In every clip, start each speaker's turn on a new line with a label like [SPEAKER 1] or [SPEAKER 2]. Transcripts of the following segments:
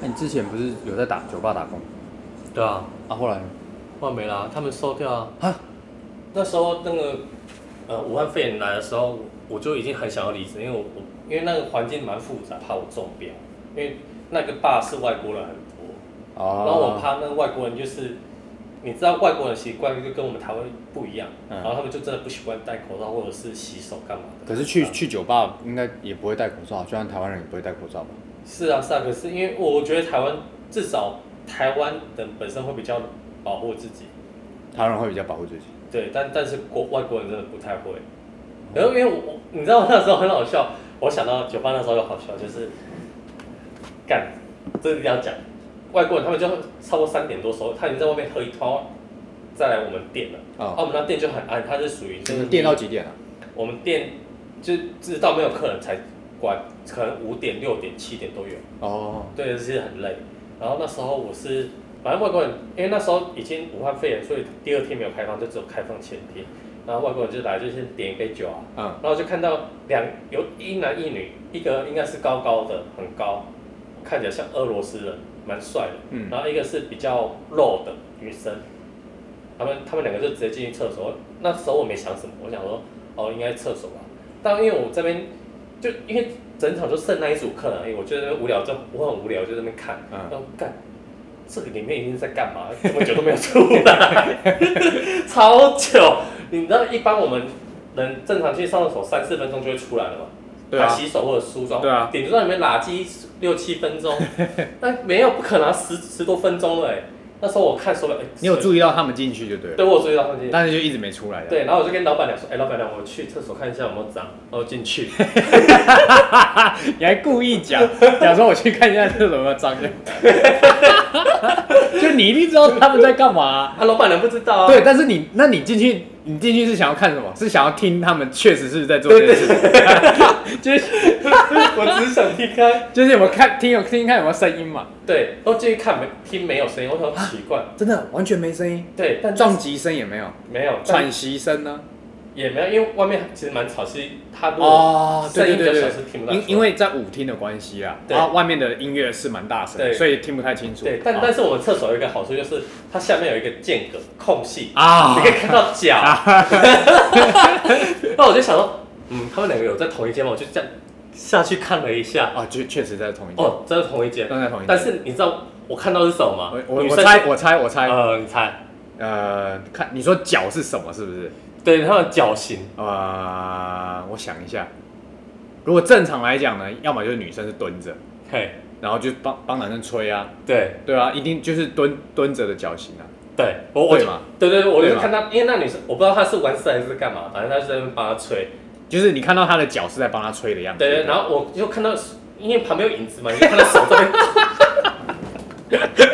[SPEAKER 1] 那、你之前不是有在打酒吧打工？
[SPEAKER 2] 对啊，
[SPEAKER 1] 啊，后来呢
[SPEAKER 2] 换没啦，他们收掉啊。
[SPEAKER 1] 啊，
[SPEAKER 2] 那时候那个呃武汉肺炎来的时候，我就已经很想要离职，因为我我因为那个环境蛮复杂，怕我中标，因为那个坝是外国人很多，
[SPEAKER 1] 哦
[SPEAKER 2] 然后我怕那个外国人就是，你知道外国人习惯就跟我们台湾不一样，
[SPEAKER 1] 嗯
[SPEAKER 2] 然后他们就真的不习惯戴口罩或者是洗手干嘛的。
[SPEAKER 1] 可是去
[SPEAKER 2] 啊
[SPEAKER 1] 去酒吧应该也不会戴口罩，就像台湾人也不会戴口罩吧？
[SPEAKER 2] 是啊是啊，可是因为我觉得台湾至少台湾人本身会比较保护自己，
[SPEAKER 1] 台湾人会比较保护自己。
[SPEAKER 2] 对，但但是国外国人真的不太会。
[SPEAKER 1] 嗯
[SPEAKER 2] 然后因为我我你知道那时候很好笑，我想到酒吧那时候有好笑，就是干，这一定要讲。外国人他们就超过三点多时候，他已经在外面喝一通，再来我们店了。
[SPEAKER 1] 哦
[SPEAKER 2] 啊，我们那店就很暗，它是属于就
[SPEAKER 1] 你
[SPEAKER 2] 是
[SPEAKER 1] 们店到几点啊？
[SPEAKER 2] 我们店就直到没有客人才关，可能五点、六点、七点都有。
[SPEAKER 1] 哦，
[SPEAKER 2] 对，是很累。然后那时候我是，反正外国人，因为那时候已经武汉肺炎，所以第二天没有开放，就只有开放前天。然后外国人就来，就先点一杯酒啊，
[SPEAKER 1] 嗯，
[SPEAKER 2] 然后就看到两有一男一女，一个应该是高高的，很高，看起来像俄罗斯人，蛮帅的。
[SPEAKER 1] 嗯
[SPEAKER 2] 然后一个是比较肉的女生，他们他们两个就直接进去厕所。那时候我没想什么，我想说哦，应该厕所吧。但因为我这边就因为整场就剩那一组客人而已，我觉得无聊就我很无聊，就在那边看，
[SPEAKER 1] 嗯
[SPEAKER 2] 然后干。这个里面一定在干嘛？这么久都没有出来， 超久。你知道，一般我们人正常去上厕所三四分钟就会出来了嘛？
[SPEAKER 1] 对啊
[SPEAKER 2] 他洗手或者梳妆，
[SPEAKER 1] 对啊
[SPEAKER 2] 顶多在里面垃圾六七分 钟，那没有不可能啊十十多分钟了哎。那时候我看手表，哎
[SPEAKER 1] 你有
[SPEAKER 2] 意？
[SPEAKER 1] 注意到他们进去就对了，
[SPEAKER 2] 对，我有注意到他进去。
[SPEAKER 1] 但是就一直没出来。，
[SPEAKER 2] 对，然后我就跟老板娘说，哎，老板娘，我去厕所看一下有没有脏，然后进去。
[SPEAKER 1] 你还故意讲，假说我去看一下是什么脏的。 就你一定知道他们在干嘛、
[SPEAKER 2] 啊，老板娘不知道啊。
[SPEAKER 1] 对，，但是你，那你进去，你进去是想要看什么？是想要听他们确实是在做这件事 情，就是
[SPEAKER 2] 我只想听开。
[SPEAKER 1] 就是有没有看听有听看有没有声音嘛？
[SPEAKER 2] 对，然后进去看没听没有声音，我想奇怪。
[SPEAKER 1] 真的完全没声音，
[SPEAKER 2] 对，但
[SPEAKER 1] 撞击声也没有，
[SPEAKER 2] 没有，但
[SPEAKER 1] 喘息声呢？
[SPEAKER 2] 也没有，因为外面其实蛮吵，是他如果
[SPEAKER 1] 哦，
[SPEAKER 2] 声
[SPEAKER 1] 对
[SPEAKER 2] 音比
[SPEAKER 1] 对
[SPEAKER 2] 较
[SPEAKER 1] 对
[SPEAKER 2] 小
[SPEAKER 1] 对
[SPEAKER 2] 是听不到。
[SPEAKER 1] 因因为在舞厅的关系啊，
[SPEAKER 2] 对
[SPEAKER 1] 然后外面的音乐是蛮大声的，
[SPEAKER 2] 对
[SPEAKER 1] 所以听不太清楚。
[SPEAKER 2] 对，但
[SPEAKER 1] 啊
[SPEAKER 2] 但是我们厕所有一个好处就是它下面有一个间隔空隙，
[SPEAKER 1] 啊
[SPEAKER 2] 你可以看到脚。 那我就想说，嗯，他们两个有在同一间吗？我就这样下去看了一下，
[SPEAKER 1] 啊，确确实在同一间，
[SPEAKER 2] 哦，真的同一间。
[SPEAKER 1] 正在同一间。
[SPEAKER 2] 但是你知道我看到是什么吗
[SPEAKER 1] 我？我
[SPEAKER 2] 女
[SPEAKER 1] 我
[SPEAKER 2] 生
[SPEAKER 1] 猜我猜我猜，
[SPEAKER 2] 呃，你猜？
[SPEAKER 1] 呃，看你说脚是什么是不是？
[SPEAKER 2] 对，他的脚型，
[SPEAKER 1] 啊，我想一下，如果正常来讲呢，要么就是女生是蹲着，
[SPEAKER 2] 嘿，
[SPEAKER 1] 然后就帮帮男生吹啊，
[SPEAKER 2] 对
[SPEAKER 1] 对啊，一定就是蹲蹲着的脚型啊。
[SPEAKER 2] 对，我我
[SPEAKER 1] 对
[SPEAKER 2] 就
[SPEAKER 1] 嘛
[SPEAKER 2] 对对对，我
[SPEAKER 1] 对
[SPEAKER 2] 就
[SPEAKER 1] 嘛
[SPEAKER 2] 看到，因为那女生我不知道她是玩色还是干嘛，反正她就在那边帮她吹，
[SPEAKER 1] 就是你看到他的脚是在帮他吹的样子，
[SPEAKER 2] 对对，
[SPEAKER 1] 不
[SPEAKER 2] 然后我就看到，因为旁边有影 子嘛，你就看到手在那边。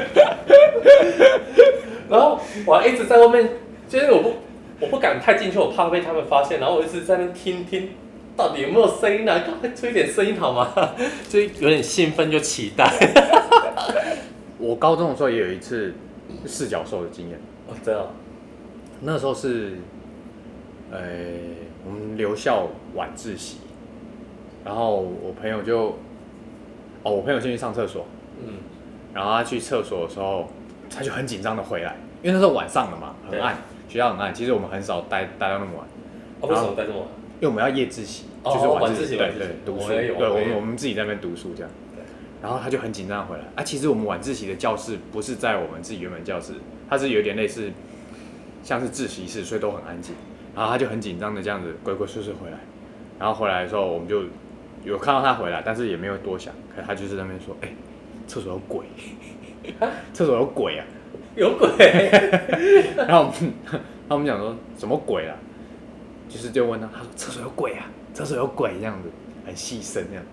[SPEAKER 2] 然后我还一直在外面，就是我不我不敢太进去，我怕被他们发现。然后我一直在那边听听，到底有没有声音啊？赶快吹一点声音好吗？ 就有点兴奋就期待。
[SPEAKER 1] 我高中的时候也有一次四脚兽的经验，
[SPEAKER 2] 哦，真的哦、
[SPEAKER 1] 那时候是，呃，我们留校晚自习，然后我朋友就，哦，我朋友先去上厕所，
[SPEAKER 2] 嗯，
[SPEAKER 1] 然后他去厕所的时候，他就很紧张的回来，因为那时候晚上了嘛，很
[SPEAKER 2] 对
[SPEAKER 1] 暗，学校很暗，其实我们很少待待到那么晚，
[SPEAKER 2] 哦，为什么在这么晚？
[SPEAKER 1] 因为我们要夜自习，
[SPEAKER 2] 哦
[SPEAKER 1] 就是
[SPEAKER 2] 晚
[SPEAKER 1] 自
[SPEAKER 2] 自习
[SPEAKER 1] 对
[SPEAKER 2] 晚自习
[SPEAKER 1] 对，读书，
[SPEAKER 2] 我也有
[SPEAKER 1] 对，
[SPEAKER 2] 我
[SPEAKER 1] 我
[SPEAKER 2] 也
[SPEAKER 1] 们
[SPEAKER 2] 有
[SPEAKER 1] 我们自己在那边读书这样
[SPEAKER 2] 对。
[SPEAKER 1] 然后他就很紧张地回来啊，其实我们晚自习的教室不是在我们自己原本教室，它是有点类似像是自习室，所以都很安静。然后他就很紧张的这样子鬼鬼祟祟回来，然后回来的时候我们就有看到他回来，但是也没有多想，可他就是在那边说，哎、厕所有鬼， 厕所有鬼啊！
[SPEAKER 2] 有鬼！
[SPEAKER 1] 然后我们，然后我们讲说什么鬼啊？就是就问他，他说厕所有鬼啊，厕所有鬼这样子，很细声这样。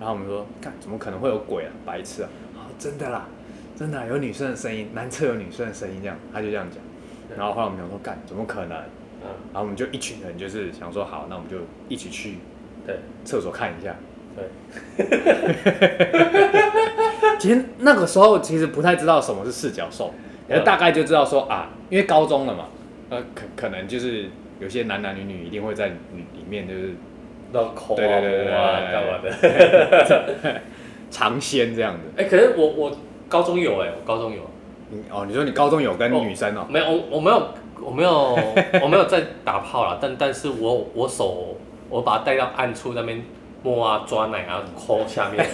[SPEAKER 1] 然后我们说，看怎么可能会有鬼啊，白痴啊！然后真的啦，真的啦啊有女生的声音，男厕有女生的声音，这样他就这样讲。
[SPEAKER 2] 对
[SPEAKER 1] 然后后来我们想说，干怎么可能？
[SPEAKER 2] 嗯，
[SPEAKER 1] 然后我们就一群人就是想说，好，那我们就一起去
[SPEAKER 2] 对
[SPEAKER 1] 厕所看一下。
[SPEAKER 2] 对，
[SPEAKER 1] 其实那个时候其实不太知道什么是四角兽，可是大概就知道说啊，因为高中了嘛，呃，可可能就是有些男男女女一定会在里里面就是
[SPEAKER 2] 绕口啊，
[SPEAKER 1] 对对对对对对
[SPEAKER 2] 啊
[SPEAKER 1] 对对
[SPEAKER 2] 干嘛的？
[SPEAKER 1] 尝鲜这样子。
[SPEAKER 2] 哎、可是我我高中有哎、我高中有，
[SPEAKER 1] 你哦，你说你高中有跟女生哦？
[SPEAKER 2] 没有我我没有我没有我没有在打炮啦，但但是我我手我把它带到暗处那边摸啊抓奶啊抠下面，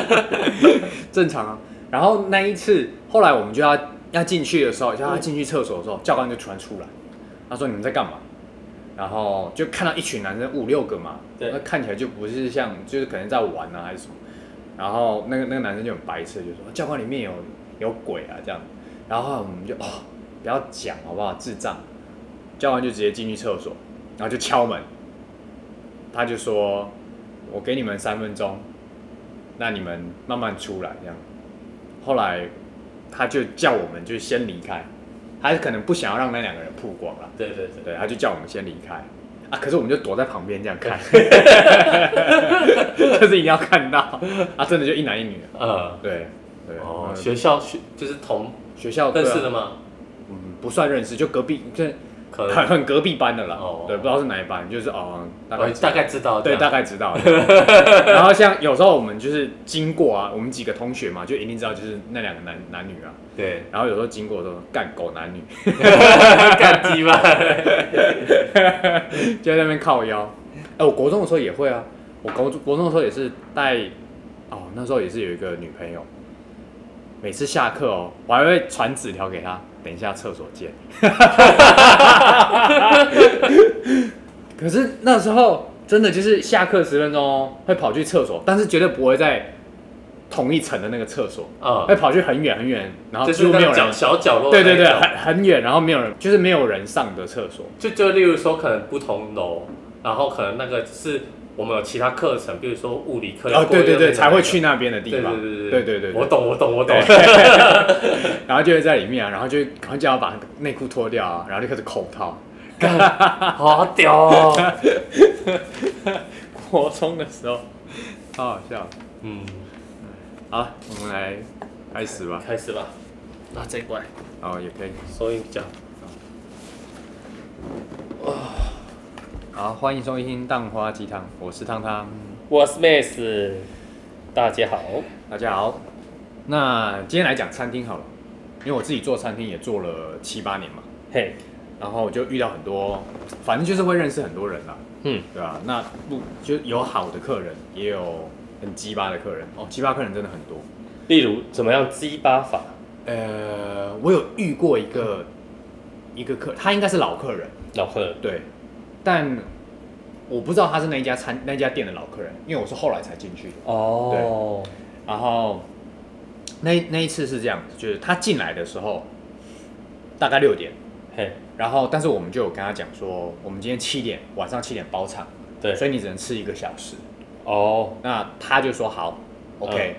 [SPEAKER 1] 正常啊。然后那一次，后来我们就要要进去的时候，叫他进去厕所的时候，教官就突然出来，他说你们在干嘛？然后就看到一群男生五六个嘛，
[SPEAKER 2] 对
[SPEAKER 1] 那看起来就不是像就是可能在玩啊还是什么。然后那个那个男生就很白痴，就说教官里面有有鬼啊这样。然后后来我们就哦不要讲好不好，智障。教官就直接进去厕所，然后就敲门，他就说我给你们三分钟，那你们慢慢出来这样。后来他就叫我们就先离开，他可能不想要让那两个人曝光了，
[SPEAKER 2] 对对对
[SPEAKER 1] 对，他就叫我们先离开啊。可是我们就躲在旁边这样看，就是一定要看到啊，真的就一男一女，
[SPEAKER 2] 呃，
[SPEAKER 1] 对对
[SPEAKER 2] 哦，
[SPEAKER 1] 嗯
[SPEAKER 2] 学校学就是同
[SPEAKER 1] 学校对
[SPEAKER 2] 认
[SPEAKER 1] 啊
[SPEAKER 2] 识的吗？
[SPEAKER 1] 嗯不算认识，就隔壁就
[SPEAKER 2] 可能
[SPEAKER 1] 很很隔壁班的啦，
[SPEAKER 2] 哦
[SPEAKER 1] 对，不知道是哪一班，就是哦大概
[SPEAKER 2] 呃
[SPEAKER 1] 知道
[SPEAKER 2] 大概知道，
[SPEAKER 1] 对，
[SPEAKER 2] 这
[SPEAKER 1] 大
[SPEAKER 2] 样
[SPEAKER 1] 概知 道。然后像有时候我们就是经过啊，我们几个同学嘛，就一定知道就是那两个男男女啊。
[SPEAKER 2] 对，
[SPEAKER 1] 然后有时候经过都干狗男女，
[SPEAKER 2] 干 鸡巴，
[SPEAKER 1] 就在那边靠腰。哎，我国中的时候也会啊，我国中国中的时候也是带，哦，那时候也是有一个女朋友，每次下课哦，我还会传纸条给她，等一下厕所见。 可是那时候真的就是下课十分钟哦，会跑去厕所，但是绝对不会在同一层的那个厕所，
[SPEAKER 2] 啊
[SPEAKER 1] 会，跑去很远很远，然后
[SPEAKER 2] 就
[SPEAKER 1] 几
[SPEAKER 2] 是
[SPEAKER 1] 乎
[SPEAKER 2] 那
[SPEAKER 1] 哎没有
[SPEAKER 2] 种角
[SPEAKER 1] 人。
[SPEAKER 2] 小角落，
[SPEAKER 1] 对对对，很，很远，然后没有人，就是没有人上的厕所。
[SPEAKER 2] 就就例如说可能不同楼，然后可能那个是我们有其他课程，比如说物理课，
[SPEAKER 1] 哦，对对对，才会去
[SPEAKER 2] 那
[SPEAKER 1] 那边的地
[SPEAKER 2] 个
[SPEAKER 1] 方，
[SPEAKER 2] 对
[SPEAKER 1] 对
[SPEAKER 2] 对
[SPEAKER 1] 对对
[SPEAKER 2] 对我懂我懂我懂，
[SPEAKER 1] 然后就会在里面啊，然后就会赶快叫他把内裤脱掉啊，然后就开始口套。
[SPEAKER 2] 好屌 哦，
[SPEAKER 1] 国中的时候，好好笑。
[SPEAKER 2] 嗯，
[SPEAKER 1] 好，我们来开始吧。
[SPEAKER 2] 开始吧，那这一关
[SPEAKER 1] 哦，也可以。
[SPEAKER 2] 收音比较好，
[SPEAKER 1] 好，欢迎收听《蛋花鸡汤》，我是汤汤，
[SPEAKER 2] 我是 Max，大家好，
[SPEAKER 1] 大家好。那今天来讲餐厅好了，因为我自己做餐厅也做了七八年嘛，
[SPEAKER 2] 嘿，
[SPEAKER 1] 然后我就遇到很多，反正就是会认识很多人啦。
[SPEAKER 2] 嗯，
[SPEAKER 1] 对啊，那不就有好的客人，也有很鸡巴的客人哦，鸡巴客人真的很多。
[SPEAKER 2] 例如怎么样激巴法，
[SPEAKER 1] 呃，我有遇过一个一个客，他应该是老客人，
[SPEAKER 2] 老客人，
[SPEAKER 1] 对，但我不知道他是那一家餐那一家店的老客人，因为我是后来才进去的。
[SPEAKER 2] 哦，
[SPEAKER 1] 然后那那一次是这样子，就是他进来的时候大概六点，
[SPEAKER 2] 嘿，
[SPEAKER 1] 然后但是我们就有跟他讲说，我们今天七点晚上七点包场，
[SPEAKER 2] 对，
[SPEAKER 1] 所以你只能吃一个小时。
[SPEAKER 2] 哦，
[SPEAKER 1] 那他就说好，OK，、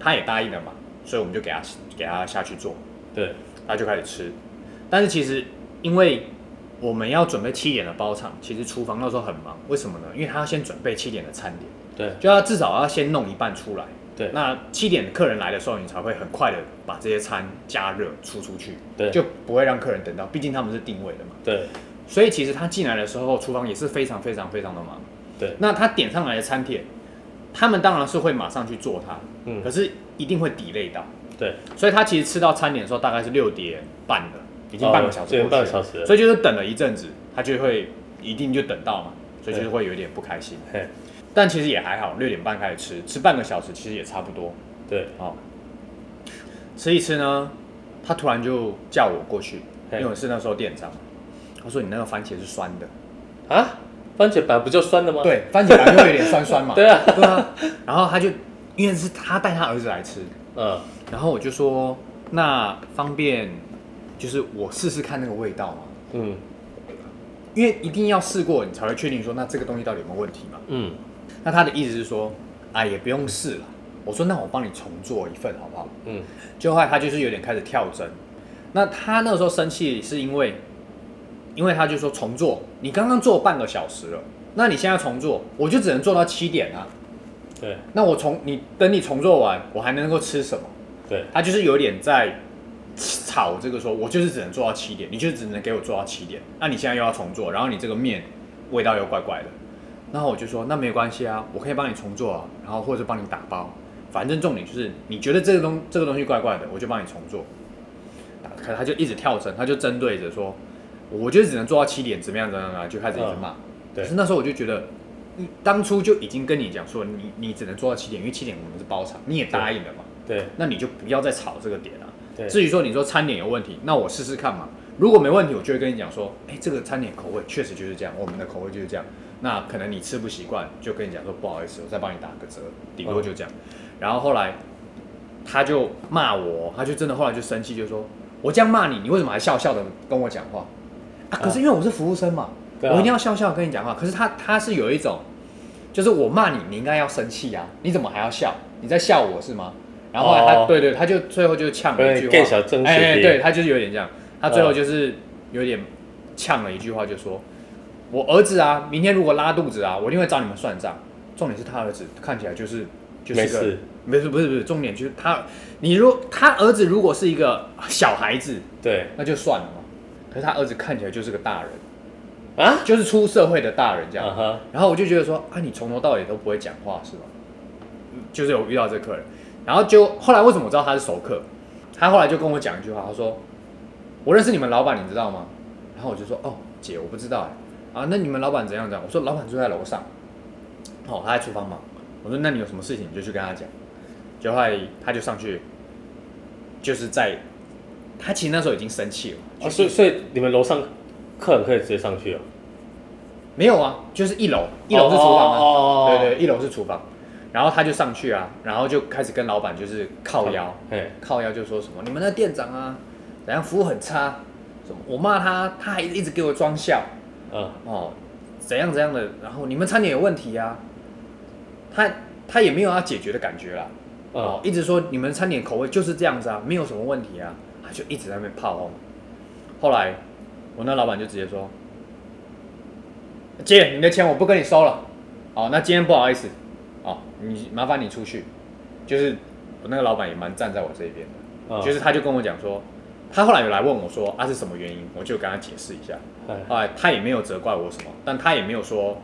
[SPEAKER 1] 他也答应了嘛，所以我们就给他给他下去做，
[SPEAKER 2] 对，
[SPEAKER 1] 他就开始吃。但是其实因为我们要准备七点的包场，其实厨房那时候很忙，为什么呢？因为他要先准备七点的餐点，
[SPEAKER 2] 对，
[SPEAKER 1] 就要至少要先弄一半出来。
[SPEAKER 2] 对
[SPEAKER 1] 那七点客人来的时候，你才会很快的把这些餐加热出出去，
[SPEAKER 2] 对
[SPEAKER 1] 就不会让客人等到，毕竟他们是定位的嘛。
[SPEAKER 2] 对，
[SPEAKER 1] 所以其实他进来的时候，厨房也是非常非常非常的忙。
[SPEAKER 2] 对
[SPEAKER 1] 那他点上来的餐点，他们当然是会马上去做它，
[SPEAKER 2] 嗯
[SPEAKER 1] 可，是一定会 delay 到，
[SPEAKER 2] 对，
[SPEAKER 1] 所以他其实吃到餐点的时候大概是六点半了，已经半个小时
[SPEAKER 2] 哦
[SPEAKER 1] 过去
[SPEAKER 2] 已经
[SPEAKER 1] 了，
[SPEAKER 2] 半个小时了
[SPEAKER 1] 所以就是等了一阵子，他就会一定就等到嘛，所以就是会有点不开心。
[SPEAKER 2] 嘿，
[SPEAKER 1] 但其实也还好，六点半开始吃，吃半个小时其实也差不多。
[SPEAKER 2] 对，
[SPEAKER 1] 哦，吃一吃呢，他突然就叫我过去，因
[SPEAKER 2] 嘿
[SPEAKER 1] 为我是那时候店长嘛，他说你那个番茄是酸的。
[SPEAKER 2] 啊，番茄本来不就酸的吗？，
[SPEAKER 1] 对，番茄白就会有点酸酸嘛。
[SPEAKER 2] 对啊，
[SPEAKER 1] 对啊。然后他就因为是他带他儿子来吃，
[SPEAKER 2] 嗯，
[SPEAKER 1] 然后我就说那方便就是我试试看那个味道嘛，
[SPEAKER 2] 嗯，
[SPEAKER 1] 因为一定要试过你才会确定说那这个东西到底有没有问题嘛。哎
[SPEAKER 2] 嗯，
[SPEAKER 1] 那他的意思是说啊也不用试了，我说那我帮你重做一份好不好？
[SPEAKER 2] 嗯，
[SPEAKER 1] 就后来他就是有点开始跳针。那他那个时候生气是因为，因为他就说重做，你刚刚做半个小时了，那你现在重做，我就只能做到七点啊。
[SPEAKER 2] 对
[SPEAKER 1] 那我重你等你重做完，我还能够吃什么？
[SPEAKER 2] 对
[SPEAKER 1] 他就是有点在吵这个说，我就是只能做到七点，你就只能给我做到七点，那你现在又要重做，然后你这个面味道又怪怪的，然后我就说那没关系啊，我可以帮你重做啊，然后或者帮你打包，反正重点就是你觉得这个东这个东西怪怪的，我就帮你重做。打开他就一直跳针，他就针对着说，我就只能做到七点，怎么样怎么样，怎么样就开始一直骂。
[SPEAKER 2] 对
[SPEAKER 1] 可是那时候我就觉得，你当初就已经跟你讲说，你你只能做到七点，因为七点我们是包场，你也答应了嘛。
[SPEAKER 2] 对
[SPEAKER 1] 那你就不要再吵这个点了、
[SPEAKER 2] 对
[SPEAKER 1] 至于说你说餐点有问题，那我试试看嘛。如果没问题，我就会跟你讲说，哎、这个餐点口味确实就是这样，我们的口味就是这样。那可能你吃不习惯，就跟你讲说不好意思，我再帮你打个折，顶多就这样。然后后来他就骂我，他就真的后来就生气，就说我这样骂你，你为什么还笑笑的跟我讲话？啊，可是因为我是服务生嘛，
[SPEAKER 2] 对啊
[SPEAKER 1] 我一定要笑笑地跟你讲话。可是他他是有一种，就是我骂你，你应该要生气呀、你怎么还要笑？你在笑我是吗？然后后来他、
[SPEAKER 2] 哦
[SPEAKER 1] 对对，他就最后就呛了一句
[SPEAKER 2] 对更
[SPEAKER 1] 话，
[SPEAKER 2] 小争
[SPEAKER 1] 哎哎
[SPEAKER 2] 取力
[SPEAKER 1] 对他就是有点这样，他最后就是有点呛了一句话，就说：“我儿子啊，明天如果拉肚子啊，我一定会找你们算账。”重点是他儿子看起来就是就是
[SPEAKER 2] 没
[SPEAKER 1] 一个
[SPEAKER 2] 事，
[SPEAKER 1] 没事，不是不是，重点就是他，你如他儿子如果是一个小孩子，
[SPEAKER 2] 对
[SPEAKER 1] 那就算了嘛。可是他儿子看起来就是个大人，
[SPEAKER 2] 啊，
[SPEAKER 1] 就是出社会的大人这样。
[SPEAKER 2] 啊哈，
[SPEAKER 1] 然后我就觉得说啊，你从头到尾都不会讲话是吧？嗯就是有遇到这客人，然后就后来为什么我知道他是熟客？他后来就跟我讲一句话，他说我认识你们老板，你知道吗？然后我就说哦，姐我不知道哎、啊，那你们老板怎样怎样？我说老板住在楼上，哦他在厨房忙。我说那你有什么事情你就去跟他讲。就后来他就上去，就是在他其实那时候已经生气了，
[SPEAKER 2] 啊，所以所以你们楼上客人可以直接上去哦，
[SPEAKER 1] 没有啊，就是一楼一楼是厨房啊。
[SPEAKER 2] 哦
[SPEAKER 1] 对对，一楼是厨房，然后他就上去啊，然后就开始跟老板就是靠腰，，
[SPEAKER 2] 哎，
[SPEAKER 1] 靠腰就说什么你们那店长啊，怎样服务很差，什么我骂他，他还一直给我装笑
[SPEAKER 2] 嗯，
[SPEAKER 1] 哦，怎样怎样的，然后你们餐点有问题啊，他他也没有要解决的感觉啦，哦
[SPEAKER 2] 哦，，
[SPEAKER 1] 一直说你们餐点口味就是这样子啊，没有什么问题啊，他就一直在那边炮轰。后来我那老板就直接说：“姐，你的钱我不跟你收了，哦，那今天不好意思，哦，你麻烦你出去。”就是我那个老板也蛮站在我这一边的，
[SPEAKER 2] 嗯
[SPEAKER 1] 就是，他就跟我讲说，他后来有来问我说啊是什么原因，我就跟他解释一下。
[SPEAKER 2] 哎，
[SPEAKER 1] 后来他也没有责怪我什么，但他也没有说，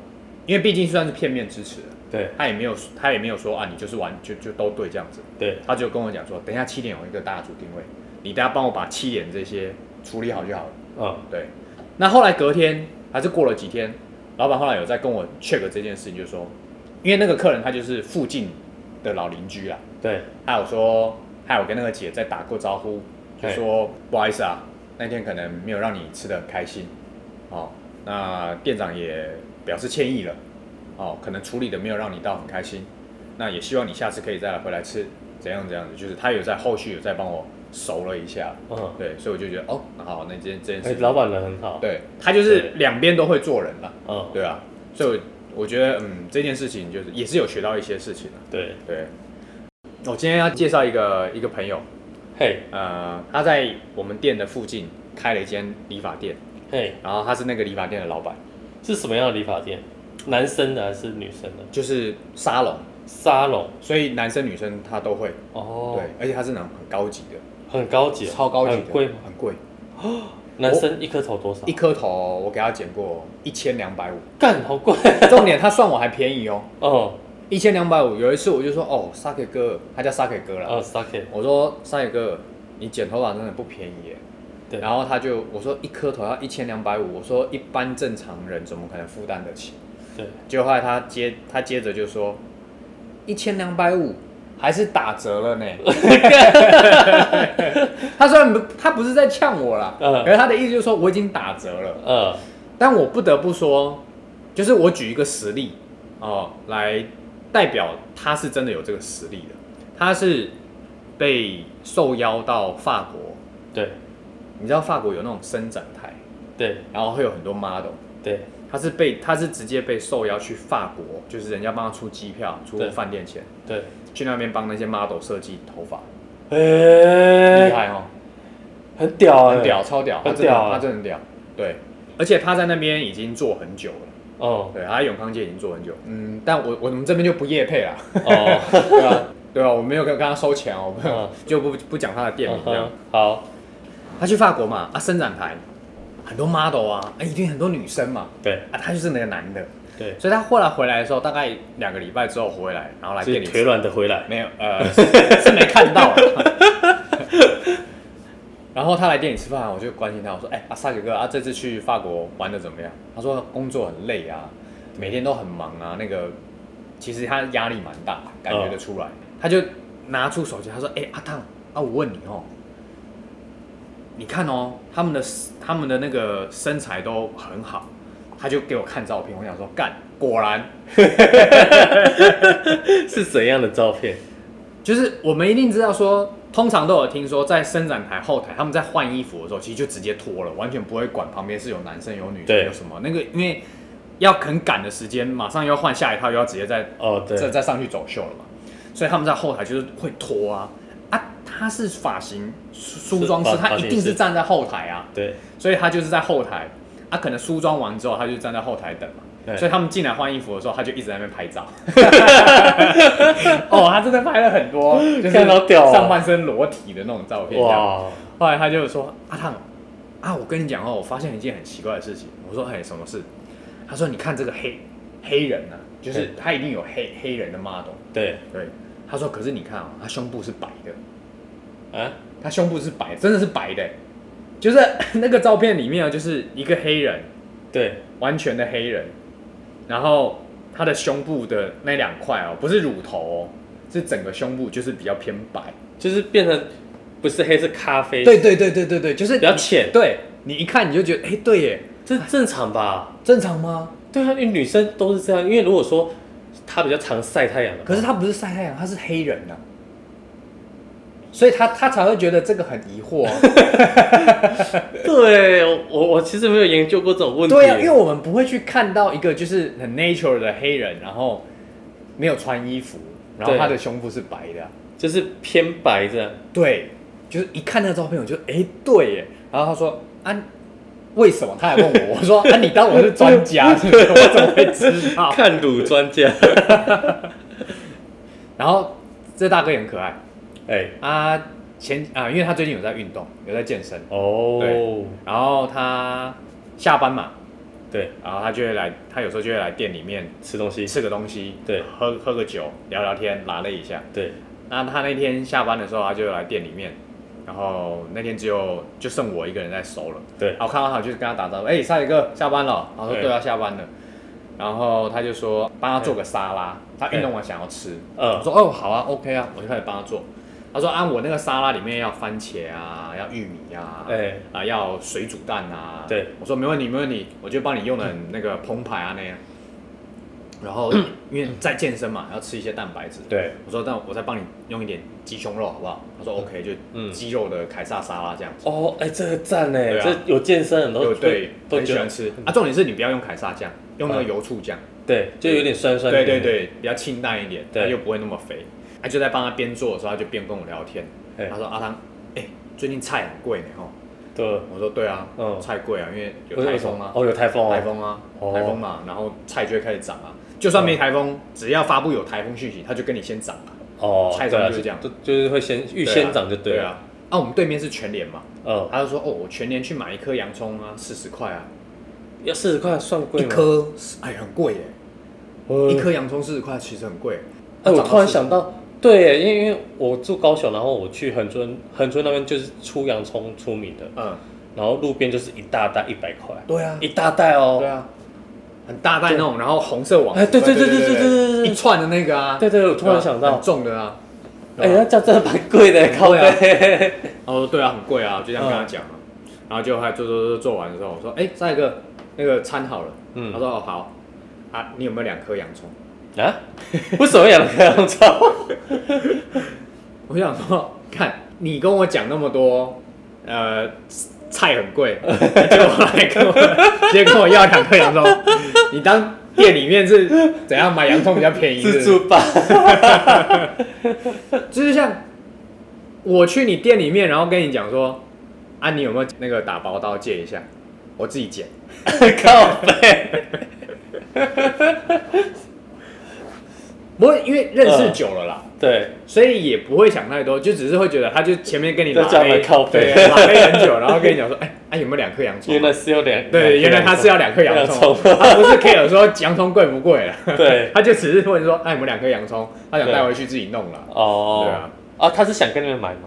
[SPEAKER 1] 因为毕竟算是片面支持的，
[SPEAKER 2] 对
[SPEAKER 1] 他也没有他也没有说啊你就是玩就就都对这样子。
[SPEAKER 2] 对，
[SPEAKER 1] 他就跟我讲说，等一下七点有一个大主定位，你等一下帮我把七点这些处理好就好了。
[SPEAKER 2] 嗯，
[SPEAKER 1] 对，那后来隔天还是过了几天，老板后来有在跟我 check 这件事情，就说，因为那个客人他就是附近的老邻居啦，
[SPEAKER 2] 对，
[SPEAKER 1] 还有说，还有跟那个姐在打过招呼，就说不好意思啊，那天可能没有让你吃的很开心，哦，那店长也表示歉意了，哦，可能处理的没有让你到很开心，那也希望你下次可以再来回来吃，怎样怎样的，就是他有在后续有在帮我熟了一下，
[SPEAKER 2] 嗯，
[SPEAKER 1] 对，所以我就觉得哦，那好，那这件这件
[SPEAKER 2] 哎，
[SPEAKER 1] 事情，
[SPEAKER 2] 老板人很好，
[SPEAKER 1] 对他就是
[SPEAKER 2] 对
[SPEAKER 1] 两边都会做人了，
[SPEAKER 2] 嗯，
[SPEAKER 1] 对啊，所以我我觉得嗯这件事情就是也是有学到一些事情啊。
[SPEAKER 2] 对，
[SPEAKER 1] 对，我今天要介绍一个一个朋友，
[SPEAKER 2] 嘿，
[SPEAKER 1] 呃，他在我们店的附近开了一间理发店，
[SPEAKER 2] 嘿，
[SPEAKER 1] 然后他是那个理发店的老板，
[SPEAKER 2] 是什么样的理发店？男生的还是女生的？
[SPEAKER 1] 就是沙龙，
[SPEAKER 2] 沙龙，
[SPEAKER 1] 所以男生女生他都会，
[SPEAKER 2] 哦
[SPEAKER 1] 对，，而且他是那种很高级的，
[SPEAKER 2] 很高级哦，
[SPEAKER 1] 超高级的，
[SPEAKER 2] 很贵吗？
[SPEAKER 1] 很贵，
[SPEAKER 2] 男生一颗头多少
[SPEAKER 1] 一？颗头我给他剪过一千两百五，
[SPEAKER 2] 干，好贵，
[SPEAKER 1] 重点他算我还便宜哦，
[SPEAKER 2] 哦，
[SPEAKER 1] 一千两百五。有一次我就说，哦，沙克哥，他叫沙克哥啦，
[SPEAKER 2] 哦 s a k
[SPEAKER 1] 我说沙野哥，你剪头发真的不便宜耶。
[SPEAKER 2] 对
[SPEAKER 1] 然后他就我说一颗头要一千两百五，我说一般正常人怎么可能负担得起？
[SPEAKER 2] 对，
[SPEAKER 1] 结果后来他接他接着就说一千两百五还是打折 了呢。他虽然不他不是在呛我啦，
[SPEAKER 2] 嗯
[SPEAKER 1] 可是他的意思就是说我已经打折了。
[SPEAKER 2] 呃，
[SPEAKER 1] 但我不得不说，就是我举一个实例哦、来代表他是真的有这个实力的。他是被受邀到法国，
[SPEAKER 2] 对，
[SPEAKER 1] 你知道法国有那种伸展台，
[SPEAKER 2] 对，
[SPEAKER 1] 然后会有很多 model。
[SPEAKER 2] 对，
[SPEAKER 1] 他是被他是直接被受邀去法国，就是人家帮他出机票、出
[SPEAKER 2] 对
[SPEAKER 1] 饭店钱，
[SPEAKER 2] 对，
[SPEAKER 1] 去那边帮那些 model 设计头发，厉
[SPEAKER 3] 哎，
[SPEAKER 1] 害哦，
[SPEAKER 3] 很屌哎，
[SPEAKER 1] 很屌，超屌，他
[SPEAKER 3] 很
[SPEAKER 1] 真的
[SPEAKER 3] 屌啊
[SPEAKER 1] 他真的很屌，对，而且他在那边已经做很久了，
[SPEAKER 2] 哦
[SPEAKER 1] 对，他在永康街已经做很久，嗯，但我我们这边就不业配啦，
[SPEAKER 2] 哦，
[SPEAKER 1] 对啊，对啊，我没有跟跟他收钱哦，我没有
[SPEAKER 2] 嗯
[SPEAKER 1] 就不不讲他的店名这样。
[SPEAKER 2] 好，
[SPEAKER 1] 他去法国嘛，啊，伸展盘，很多 model 啊，啊，一定很多女生嘛，
[SPEAKER 2] 对
[SPEAKER 1] 啊，他就是那个男的，
[SPEAKER 2] 对，
[SPEAKER 1] 所以他后来回来的时候，大概两个礼拜之后回来，然后来
[SPEAKER 2] 所
[SPEAKER 1] 店
[SPEAKER 2] 以
[SPEAKER 1] 里
[SPEAKER 2] 腿软的回来，
[SPEAKER 1] 没有，呃，是是没看到啊。然后他来店里吃饭，我就关心他，我说：“哎、阿萨杰哥啊，这次去法国玩的怎么样？”他说：“工作很累啊，每天都很忙啊，那个其实他压力蛮大，感觉得出来。他就拿出手机，他说：“哎、阿汤啊，我问你哦，你看哦，他们的他们的那个身材都很好。”他就给我看照片，我想说，干，果然
[SPEAKER 2] 是怎样的照片？
[SPEAKER 1] 就是我们一定知道说，通常都有听说，在伸展台后台，他们在换衣服的时候，其实就直接脱了，完全不会管旁边是有男生有女生
[SPEAKER 2] 对
[SPEAKER 1] 有什么那个，因为要很赶的时间，马上又要换下一套，又要直接再
[SPEAKER 2] 哦，对，
[SPEAKER 1] 再再上去走秀了嘛，所以他们在后台就是会脱啊啊，他是发型梳梳妆师，
[SPEAKER 2] 是发
[SPEAKER 1] 他一定是站在后台啊，
[SPEAKER 2] 对，
[SPEAKER 1] 所以他就是在后台，啊，可能梳妆完之后，他就站在后台等嘛。
[SPEAKER 2] 对
[SPEAKER 1] 所以他们进来换衣服的时候，他就一直在那边拍 照。哦，他真的拍了很多，就是
[SPEAKER 2] 看到屌哦
[SPEAKER 1] 上半身裸体的那种照片。这样
[SPEAKER 2] 哇，
[SPEAKER 1] 后来他就说：“阿、啊、烫，啊，我跟你讲哦，我发现一件很奇怪的事情。”我说：“哎，什么事？”他说：“你看这个黑黑人啊，就是
[SPEAKER 2] 嗯
[SPEAKER 1] 他一定有黑黑人的 model。
[SPEAKER 2] 对，”
[SPEAKER 1] 对，他说：“可是你看哦，他胸部是白的。”
[SPEAKER 2] 啊，
[SPEAKER 1] 他胸部是白，真的是白的欸，就是 那个照片里面啊，就是一个黑人，
[SPEAKER 2] 对，
[SPEAKER 1] 完全的黑人，然后他的胸部的那两块哦，不是乳头哦，是整个胸部就是比较偏白。
[SPEAKER 2] 就是变成不是黑是咖啡，
[SPEAKER 1] 对，对对对对对，就是
[SPEAKER 2] 比较
[SPEAKER 1] 你
[SPEAKER 2] 浅
[SPEAKER 1] 对你一看你就觉得，哎，对耶，
[SPEAKER 2] 这正常吧？
[SPEAKER 1] 正常吗？
[SPEAKER 2] 对啊，因为女生都是这样，因为如果说她比较常晒太阳的话，
[SPEAKER 1] 可是他不是晒太阳，他是黑人呐、所以他他才会觉得这个很疑惑、啊。
[SPEAKER 2] 对我我其实没有研究过这种问题，
[SPEAKER 1] 对啊，因为我们不会去看到一个就是很 natural 的黑人，然后没有穿衣服，然后
[SPEAKER 2] 对
[SPEAKER 1] 他的胸部是白的啊、
[SPEAKER 2] 就是偏白这样，
[SPEAKER 1] 对，就是一看那个照片，我就哎、诶对耶。然后他说啊，为什么？他还问 我，我说啊，你当我是专家是不是？我怎么会知道？
[SPEAKER 2] 看乳专家，
[SPEAKER 1] 然后这大哥也很可爱
[SPEAKER 2] 哎，
[SPEAKER 1] 啊，前啊，因为他最近有在运动，有在健身，
[SPEAKER 2] 哦
[SPEAKER 1] 对，然后他下班嘛，
[SPEAKER 2] 对，
[SPEAKER 1] 然后他就会来，他有时候就会来店里面
[SPEAKER 2] 吃东西，
[SPEAKER 1] 吃个东西，
[SPEAKER 2] 对，
[SPEAKER 1] 喝喝个酒，聊聊天，拉了一下。
[SPEAKER 2] 对，
[SPEAKER 1] 那他那天下班的时候，他就来店里面，然后那天只有就剩我一个人在收了。
[SPEAKER 2] 对
[SPEAKER 1] 然后看到他，我就跟他打招呼，哎、少爷哥，下班了。然后说
[SPEAKER 2] 对
[SPEAKER 1] 对啊，下班了。然后他就说帮他做个沙拉，他运动完想要吃，
[SPEAKER 2] 嗯
[SPEAKER 1] 我说哦好啊，OK 啊，我就开始帮他做。他说啊，我那个沙拉里面要番茄啊，要玉米啊，
[SPEAKER 2] 哎
[SPEAKER 1] 啊要水煮蛋啊。
[SPEAKER 2] 对，
[SPEAKER 1] 我说没问题没问题，我就帮你用的那个澎湃啊那样。然后因为在健身嘛，要吃一些蛋白质。
[SPEAKER 2] 对，
[SPEAKER 1] 我说，那我再帮你用一点鸡胸肉好不好？他说 OK，就
[SPEAKER 2] 嗯
[SPEAKER 1] 鸡肉的凯撒沙拉这样子。
[SPEAKER 2] 哦，哎，这个赞哎，
[SPEAKER 1] 对啊
[SPEAKER 2] 这有健身人
[SPEAKER 1] 对
[SPEAKER 2] 都
[SPEAKER 1] 对，
[SPEAKER 2] 哦都
[SPEAKER 1] 很喜
[SPEAKER 2] 觉
[SPEAKER 1] 欢
[SPEAKER 2] 得嗯
[SPEAKER 1] 吃啊。重点是你不要用凯撒酱，用那个油醋酱，
[SPEAKER 2] 对，就有点酸酸，
[SPEAKER 1] 对对，对，比较清淡一点，
[SPEAKER 2] 对
[SPEAKER 1] 它又不会那么肥。他就在帮他边做的时候，他就边跟我聊天。
[SPEAKER 2] 哎
[SPEAKER 1] 他，说：“阿汤，哎，最近菜很贵呢哦。
[SPEAKER 2] 对，”
[SPEAKER 1] 我说：“对啊，
[SPEAKER 2] 嗯
[SPEAKER 1] 菜贵啊，因为有
[SPEAKER 2] 为
[SPEAKER 1] 台
[SPEAKER 2] 为什
[SPEAKER 1] 风
[SPEAKER 2] 么
[SPEAKER 1] 啊？，
[SPEAKER 2] 哦，有台风哦，
[SPEAKER 1] 台风啊，
[SPEAKER 2] 哦嗯
[SPEAKER 1] 台风嘛，然后菜就会开始涨啊。就算没台风，只要发布有台风讯息，他就跟你先涨啊。
[SPEAKER 2] 哦，
[SPEAKER 1] 菜
[SPEAKER 2] 对啊
[SPEAKER 1] 种就是这样
[SPEAKER 2] 就就是会先预先涨就
[SPEAKER 1] 对
[SPEAKER 2] 了，
[SPEAKER 1] 啊。啊，我们对面是全联嘛，
[SPEAKER 2] 嗯，
[SPEAKER 1] 他就说：“哦，我全年去买一颗洋葱啊，四十块啊，
[SPEAKER 2] 要四十块算贵
[SPEAKER 1] 一
[SPEAKER 2] 吗？
[SPEAKER 1] 颗哎很贵耶，
[SPEAKER 2] 呃
[SPEAKER 1] 一颗洋葱四十块其实很贵。”
[SPEAKER 2] 哎，我突然想，到，对，因为因为我住高雄，然后我去恒春，恒春那边就是出洋葱出名的，
[SPEAKER 1] 嗯，
[SPEAKER 2] 然后路边就是一大袋一百块，
[SPEAKER 1] 对啊，
[SPEAKER 2] 一大袋
[SPEAKER 1] 对
[SPEAKER 2] 哦。
[SPEAKER 1] 啊，很大袋那种，然后红色网，
[SPEAKER 2] 哎对对对对对对对对对
[SPEAKER 1] 一串的那个啊，
[SPEAKER 2] 对对，我突然想
[SPEAKER 1] 对啊
[SPEAKER 2] 到
[SPEAKER 1] 很，重的啊，
[SPEAKER 2] 哎，那这样真的蛮贵的，
[SPEAKER 1] 很
[SPEAKER 2] 靠
[SPEAKER 1] 贵啊
[SPEAKER 2] 背。
[SPEAKER 1] 哦对啊，很贵啊，我就这样跟他讲啊，
[SPEAKER 2] 嗯
[SPEAKER 1] 然后就还做做做做完的时候，我说：“哎，再一个那个餐好了。”
[SPEAKER 2] 嗯
[SPEAKER 1] 他说：“哦好啊，你有没有两颗洋葱
[SPEAKER 2] 啊？ 为什么养了洋葱？？”
[SPEAKER 1] 我想说，看你跟我讲那么多，呃， 菜很贵，结果来跟我，直接跟我要两颗洋葱，你当店里面是怎样买洋葱比较便宜？
[SPEAKER 2] 自
[SPEAKER 1] 是不
[SPEAKER 2] 助吧，
[SPEAKER 1] 是就是像我去你店里面，然后跟你讲说，啊，你有没有那个打薄刀借一下？我自己剪。
[SPEAKER 2] 靠背，
[SPEAKER 1] 不过因为认识久了啦，
[SPEAKER 2] 对，
[SPEAKER 1] 所以也不会想太多，就只是会觉得他就前面跟你
[SPEAKER 2] 在
[SPEAKER 1] 拉
[SPEAKER 2] 家门
[SPEAKER 1] 黑
[SPEAKER 2] 靠背
[SPEAKER 1] 对，拉黑很久，然后跟你讲说，哎、啊有没有两颗洋葱？
[SPEAKER 2] 原来是有两，
[SPEAKER 1] 对，原来他是要两颗洋葱，他不是 care 说洋葱贵不贵了，
[SPEAKER 2] 对，
[SPEAKER 1] 他就只是问说，哎、啊，有没有两颗洋葱？他想带回去自己弄了。
[SPEAKER 2] 哦，
[SPEAKER 1] 对啊，
[SPEAKER 2] 啊，他是想跟你们买吗？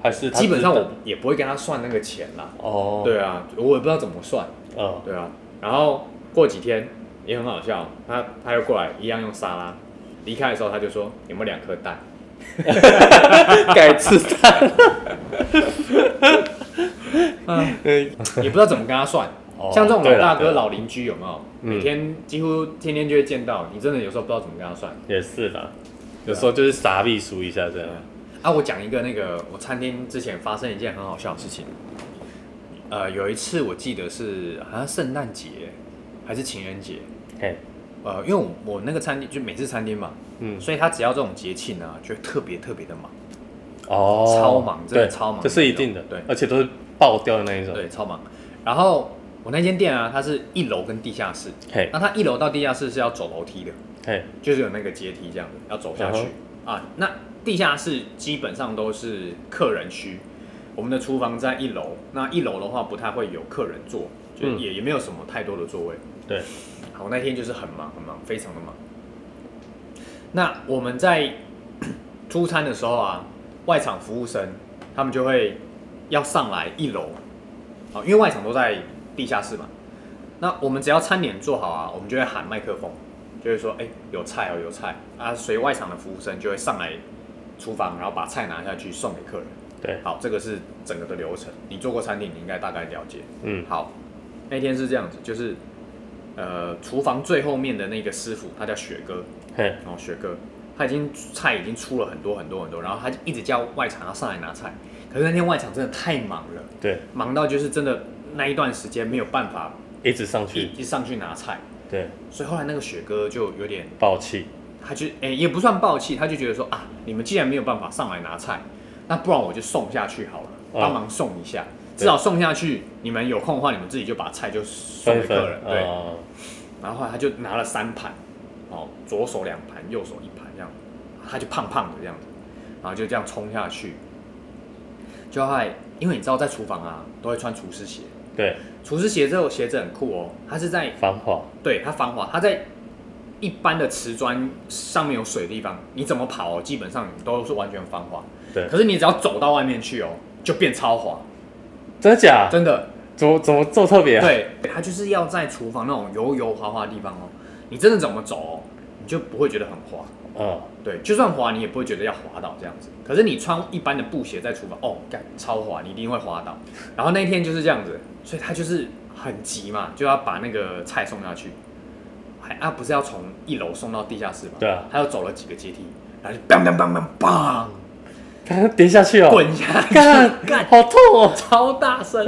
[SPEAKER 2] 还是他
[SPEAKER 1] 基本上
[SPEAKER 2] 知
[SPEAKER 1] 我
[SPEAKER 2] 道
[SPEAKER 1] 也不会跟他算那个钱啦。
[SPEAKER 2] 哦，，
[SPEAKER 1] 对啊，我也不知道怎么算。
[SPEAKER 2] 嗯，
[SPEAKER 1] 对啊，然后过几天也很好笑，他他又过来一样用沙拉，离开的时候他就说有没有两颗蛋？
[SPEAKER 2] 改吃蛋，
[SPEAKER 1] 嗯，
[SPEAKER 2] 嗯，
[SPEAKER 1] 也不知道怎么跟他算。
[SPEAKER 2] 哦
[SPEAKER 1] 像这种
[SPEAKER 2] 对
[SPEAKER 1] 老
[SPEAKER 2] 啦
[SPEAKER 1] 大哥、
[SPEAKER 2] 对啦
[SPEAKER 1] 老邻居有没有？
[SPEAKER 2] 嗯
[SPEAKER 1] 每天几乎天天就会见到，你真的有时候不知道怎么跟他算。
[SPEAKER 2] 也是啦，有时候就是傻逼输一下这样，
[SPEAKER 1] 啊，我讲一个那个我餐厅之前发生一件很好笑的事情。呃，有一次我记得是好像圣诞节还是情人节，
[SPEAKER 2] 嘿，
[SPEAKER 1] 呃，因为我我那个餐厅就每次餐厅嘛，
[SPEAKER 2] 嗯，
[SPEAKER 1] 所以他只要这种节庆呢，就会特别特别的忙，
[SPEAKER 2] 哦，
[SPEAKER 1] 超忙真的
[SPEAKER 2] 对
[SPEAKER 1] 超忙
[SPEAKER 2] 这是一定的，
[SPEAKER 1] 对
[SPEAKER 2] 而且都是爆掉的那一种，
[SPEAKER 1] 对，超忙。然后我那间店啊，它是一楼跟地下室，
[SPEAKER 2] 嘿，
[SPEAKER 1] 那它一楼到地下室是要走楼梯的，
[SPEAKER 2] 嘿，
[SPEAKER 1] 就是有那个阶梯这样子要走下去、啊。那地下室基本上都是客人区，我们的厨房在一楼，那一楼的话不太会有客人坐，就
[SPEAKER 2] 嗯
[SPEAKER 1] 也、也没有什么太多的座位。
[SPEAKER 2] 对，
[SPEAKER 1] 好，我那天就是很忙很忙，非常的忙。那我们在出餐的时候啊， 外场服务生他们就会要上来一楼，好，因为外场都在地下室嘛。那我们只要餐点做好啊，我们就会喊麦克风，就会说：“哎、有菜哦，有菜啊！”所以外场的服务生就会上来厨房，然后把菜拿下去送给客人。
[SPEAKER 2] 对，
[SPEAKER 1] 好，这个是整个的流程。你做过餐厅，你应该大概了解。
[SPEAKER 2] 嗯，
[SPEAKER 1] 好，那天是这样子，就是呃，厨房最后面的那个师傅，他叫雪哥，
[SPEAKER 2] 嘿，
[SPEAKER 1] 然后雪哥他已经菜已经出了很多很多很多，然后他就一直叫外场要上来拿菜，可是那天外场真的太忙了，
[SPEAKER 2] 对，
[SPEAKER 1] 忙到就是真的那一段时间没有办法
[SPEAKER 2] 一直上去，
[SPEAKER 1] 一一上去拿菜，
[SPEAKER 2] 对，
[SPEAKER 1] 所以后来那个雪哥就有点
[SPEAKER 2] 爆气，
[SPEAKER 1] 他就诶、也不算暴气，他就觉得说啊，你们既然没有办法上来拿菜，那不然我就送下去好了，
[SPEAKER 2] 嗯
[SPEAKER 1] 帮忙送一下，
[SPEAKER 2] 对
[SPEAKER 1] 至少送下去，你们有空的话，你们自己就把菜就送
[SPEAKER 2] 分
[SPEAKER 1] 给客
[SPEAKER 2] 分
[SPEAKER 1] 人，，对。
[SPEAKER 2] 哦，
[SPEAKER 1] 然后后来他就拿了三盘，哦，左手两盘，右手一盘这样，他就胖胖的这样子，然后就这样冲下去，就还因为你知道在厨房啊都会穿厨师鞋，
[SPEAKER 2] 对，
[SPEAKER 1] 厨师鞋这种鞋子很酷哦，它是在
[SPEAKER 2] 防滑，
[SPEAKER 1] 对它防滑，它在一般的瓷砖上面有水的地方，你怎么跑、哦，基本上你都是完全防滑。
[SPEAKER 2] 对
[SPEAKER 1] 可是你只要走到外面去哦，就变超滑，
[SPEAKER 2] 真的假？
[SPEAKER 1] 真的。
[SPEAKER 2] 怎么怎么这么特别啊？
[SPEAKER 1] 对，它就是要在厨房那种油油滑滑的地方哦，你真的怎么走哦，你就不会觉得很滑。
[SPEAKER 2] 嗯，
[SPEAKER 1] 对，就算滑你也不会觉得要滑倒这样子。可是你穿一般的布鞋在厨房，哦，干超滑，你一定会滑倒。然后那一天就是这样子，所以他就是很急嘛，就要把那个菜送下去。还啊，不是要从一楼送到地下室吗？
[SPEAKER 2] 对啊
[SPEAKER 1] 他又走了几个阶梯，然后就 bang bang bang bang bang
[SPEAKER 2] 他跌下去哦，
[SPEAKER 1] 滚下去，
[SPEAKER 2] 干
[SPEAKER 1] 干
[SPEAKER 2] 好痛哦！
[SPEAKER 1] 超大声。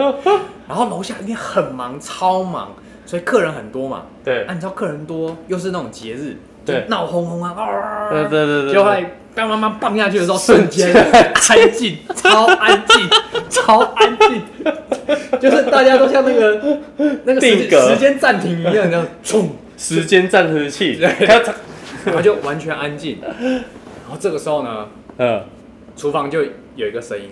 [SPEAKER 1] 然后楼下一定很忙，超忙，所以客人很多嘛。
[SPEAKER 2] 对
[SPEAKER 1] 啊，，你知道客人多，又是那种节日，
[SPEAKER 2] 对
[SPEAKER 1] 就闹哄哄啊，啊
[SPEAKER 2] 对对对对
[SPEAKER 1] 就会当妈妈棒下去的时候，瞬间
[SPEAKER 2] 瞬
[SPEAKER 1] 安静，超安静，超安静，就是大家都像那个那个时
[SPEAKER 2] 定格
[SPEAKER 1] 时间暂停一样，这 样冲，
[SPEAKER 2] 时间暂停器，
[SPEAKER 1] 对
[SPEAKER 2] 他他
[SPEAKER 1] 然后就完全安静。然后这个时候呢，
[SPEAKER 2] 嗯，
[SPEAKER 1] 厨房就有一个声音，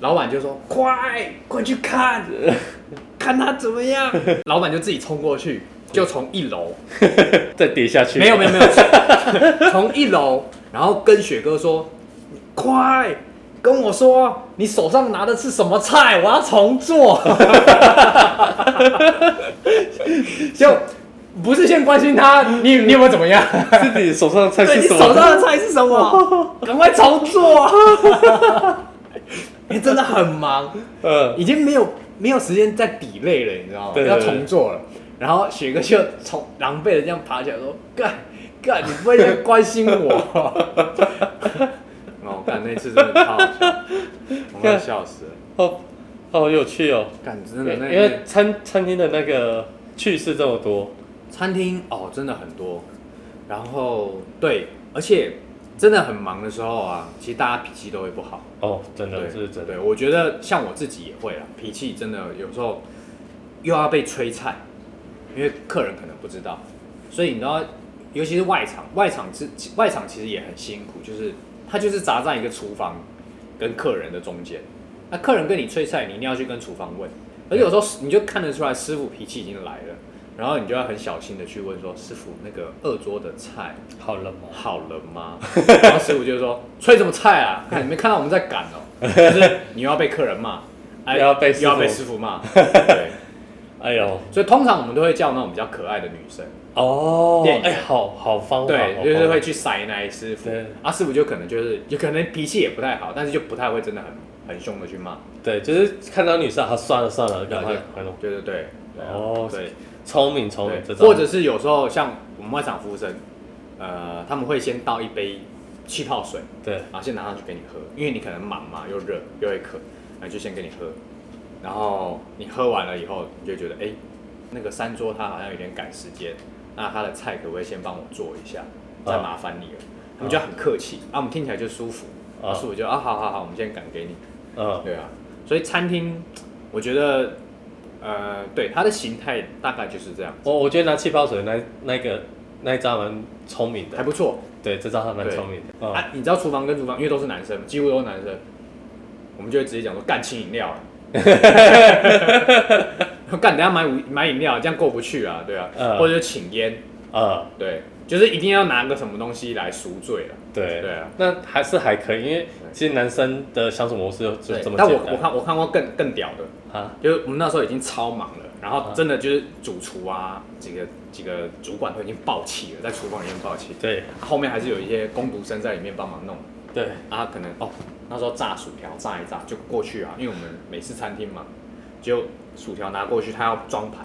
[SPEAKER 1] 老板就说：“快，快去看， 看他怎么样。”老板就自己冲过去，就从一楼
[SPEAKER 2] 再跌下去，
[SPEAKER 1] 没有没有没有，从一楼，然后跟雪哥说：“快跟我说，你手上拿的是什么菜？我要重做。”就不是先关心他，你你有没有怎么样？
[SPEAKER 2] 自己手上的菜
[SPEAKER 1] 对
[SPEAKER 2] 是
[SPEAKER 1] 你
[SPEAKER 2] 什
[SPEAKER 1] 手
[SPEAKER 2] 么？
[SPEAKER 1] 上的菜嗯是什么？ 赶快重做 啊！你哎真的很忙，
[SPEAKER 2] 嗯，
[SPEAKER 1] 已经没有没有时间再抵累了，你知道吗？
[SPEAKER 2] 对对
[SPEAKER 1] 要
[SPEAKER 2] 对
[SPEAKER 1] 重做了。然后雪哥就从狼狈的这样爬起来说：“干干，你不会在关心我？” 哦，干那次真的超好笑，我快笑死了。
[SPEAKER 2] 好好有趣哦。
[SPEAKER 1] 干真
[SPEAKER 2] 因
[SPEAKER 1] 的那
[SPEAKER 2] 为餐餐厅的那个趣事这么多，
[SPEAKER 1] 餐厅哦，真的很多。然后对，而且真的很忙的时候啊，其实大家脾气都会不好。
[SPEAKER 2] 哦，真的，这是真
[SPEAKER 1] 对，
[SPEAKER 2] 的。
[SPEAKER 1] 我觉得像我自己也会啦，脾气真的有时候又要被催菜，因为客人可能不知道，所以你知道，尤其是外场，外场之外场其实也很辛苦，就是它就是砸在一个厨房跟客人的中间，那客人跟你催菜，你一定要去跟厨房问，而且有时候你就看得出来师傅脾气已经来了，然后你就要很小心的去问说，师傅那个二桌的菜
[SPEAKER 2] 好哦了吗？
[SPEAKER 1] 好了吗？ 然后师傅就说：“催什么菜啊？看你没看到我们在赶哦、就是你又要被客人骂，哎，
[SPEAKER 2] 又要被师
[SPEAKER 1] 又
[SPEAKER 2] 傅
[SPEAKER 1] 要被师傅 骂。对，
[SPEAKER 2] 哎呦，
[SPEAKER 1] 所以通常我们都会叫那种比较可爱的女生，
[SPEAKER 2] 哦
[SPEAKER 1] 电，影
[SPEAKER 2] 哎，好好方法，
[SPEAKER 1] 对，
[SPEAKER 2] 好
[SPEAKER 1] 就是
[SPEAKER 2] 方法
[SPEAKER 1] 会去塞奶师傅
[SPEAKER 2] 对。
[SPEAKER 1] 啊，师傅就可能就是，有可能脾气也不太好，但是就不太会真的很很凶的去骂。
[SPEAKER 2] 对，就是看到女生，好，算了算了，赶快
[SPEAKER 1] 对
[SPEAKER 2] 快弄，
[SPEAKER 1] 对对对，对啊
[SPEAKER 2] 哦
[SPEAKER 1] 对
[SPEAKER 2] 聪明聪明，这
[SPEAKER 1] 对，
[SPEAKER 2] 招
[SPEAKER 1] 或者是有时候像我们外场服务生，呃，他们会先倒一杯气泡水。
[SPEAKER 2] 对，
[SPEAKER 1] 然后先拿上去给你喝，因为你可能忙嘛，又热又会渴，那就先给你喝。然后你喝完了以后，你就觉得哎，诶那个三桌他好像有点赶时间，那他的菜可不可以先帮我做一下？再麻烦你了。他们就很客气，啊，我们听起来就舒服，
[SPEAKER 2] 啊
[SPEAKER 1] 啊，舒服就啊，好好好，我们先赶给你。
[SPEAKER 2] 嗯，
[SPEAKER 1] 对啊，所以餐厅，我觉得，呃，对它的形态大概就是这样，
[SPEAKER 2] 我我觉得拿气泡水那那个那一招蛮聪明
[SPEAKER 1] 还
[SPEAKER 2] 的，
[SPEAKER 1] 不错。
[SPEAKER 2] 对，这招还蛮聪明的，嗯
[SPEAKER 1] 啊，你知道厨房跟厨房，因为都是男生，几乎都是男生，我们就会直接讲说干清饮料 啊，干等下买五买饮料，这样过不去啊，对啊，
[SPEAKER 2] 嗯
[SPEAKER 1] 或者就请烟，
[SPEAKER 2] 嗯，
[SPEAKER 1] 对，就是一定要拿个什么东西来赎罪了。
[SPEAKER 2] 对
[SPEAKER 1] 对啊，
[SPEAKER 2] 那还是还可以，因为其实男生的相处模式就就这么
[SPEAKER 1] 但
[SPEAKER 2] 简
[SPEAKER 1] 我我
[SPEAKER 2] 单
[SPEAKER 1] 看我看过更更屌的，
[SPEAKER 2] 啊，
[SPEAKER 1] 就是我们那时候已经超忙了，然后
[SPEAKER 2] 嗯
[SPEAKER 1] 真的就是主厨啊，几个几个主管都已经爆气了，在厨房里面爆气，
[SPEAKER 2] 对
[SPEAKER 1] 后面还是有一些工读生在里面帮忙弄。
[SPEAKER 2] 对，
[SPEAKER 1] 啊，可能哦，那时候炸薯条炸一炸就过去啊，因为我们美式餐厅嘛，就薯条拿过去，他要装盘，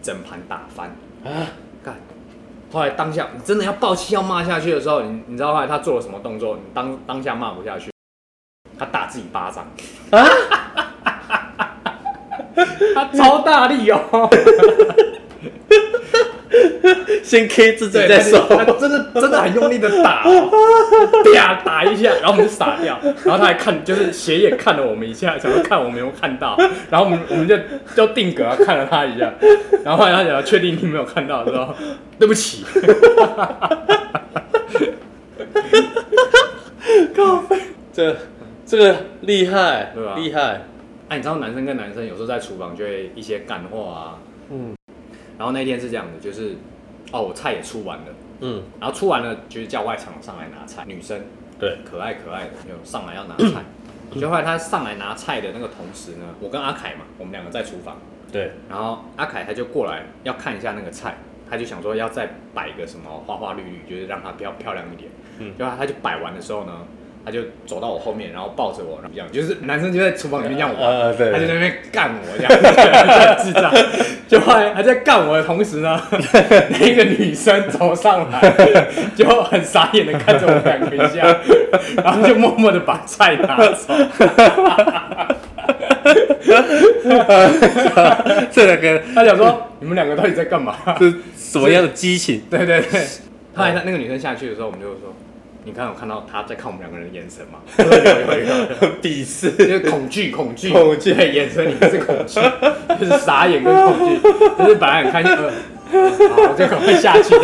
[SPEAKER 1] 整盘打翻，
[SPEAKER 2] 啊，
[SPEAKER 1] 干。后来当下你真的要爆气要骂下去的时候，你你知道后来他做了什么动作？你当当下骂不下去，他打自己巴掌
[SPEAKER 2] 啊，
[SPEAKER 1] 他超大力哦，
[SPEAKER 2] 先 K 自己再
[SPEAKER 1] 他
[SPEAKER 2] 说，
[SPEAKER 1] 真的真的很用力的打、 哦，啪打一下，然后我们就傻掉，然后他还看，就是斜眼看了我们一下，想说看我们有没有看到，然后我们我们就就定格啊看了他一下，然后后来他想要确定你没有看到的时候，对不起，
[SPEAKER 2] 这这个厉害
[SPEAKER 1] 对啊吧
[SPEAKER 2] 厉害，
[SPEAKER 1] 哎、你知道男生跟男生有时候在厨房就会一些干话啊，
[SPEAKER 2] 嗯
[SPEAKER 1] 然后那天是这样的，就是哦我菜也出完了，
[SPEAKER 2] 嗯，
[SPEAKER 1] 然后出完了就是叫外场上来拿菜，女生
[SPEAKER 2] 对，
[SPEAKER 1] 可爱可爱的，有上来要拿菜。
[SPEAKER 2] 嗯
[SPEAKER 1] 就后来他上来拿菜的那个同时呢，我跟阿凯嘛，我们两个在厨房，
[SPEAKER 2] 对，
[SPEAKER 1] 然后阿凯他就过来要看一下那个菜，他就想说要再摆个什么花花绿绿，就是让它比较漂亮一点。
[SPEAKER 2] 嗯
[SPEAKER 1] 就他就摆完的时候呢，他就走到我后面，然后抱着我，然后这样，就是男生就在厨房里面这样玩，
[SPEAKER 2] 呃
[SPEAKER 1] 他就在
[SPEAKER 2] 对，
[SPEAKER 1] 那边干我这样，很智障。就后来他在干我的同时呢，那个女生走上来，就很傻眼的看着我们两个一下，然后就默默的把菜拿走。
[SPEAKER 2] 这两个
[SPEAKER 1] 他想说你们两个到底在干嘛？
[SPEAKER 2] 这什么样的激情？
[SPEAKER 1] 对对对。后来那那个女生下去的时候，我们就说，你看我看到她在看我们两个人的眼神 嘛，有有有有，
[SPEAKER 2] 鄙视，
[SPEAKER 1] 就是恐惧恐惧
[SPEAKER 2] 恐惧
[SPEAKER 1] 对眼神里面是恐惧，就是傻眼跟恐惧，就是本来很开心，呃，好，我就赶快下去。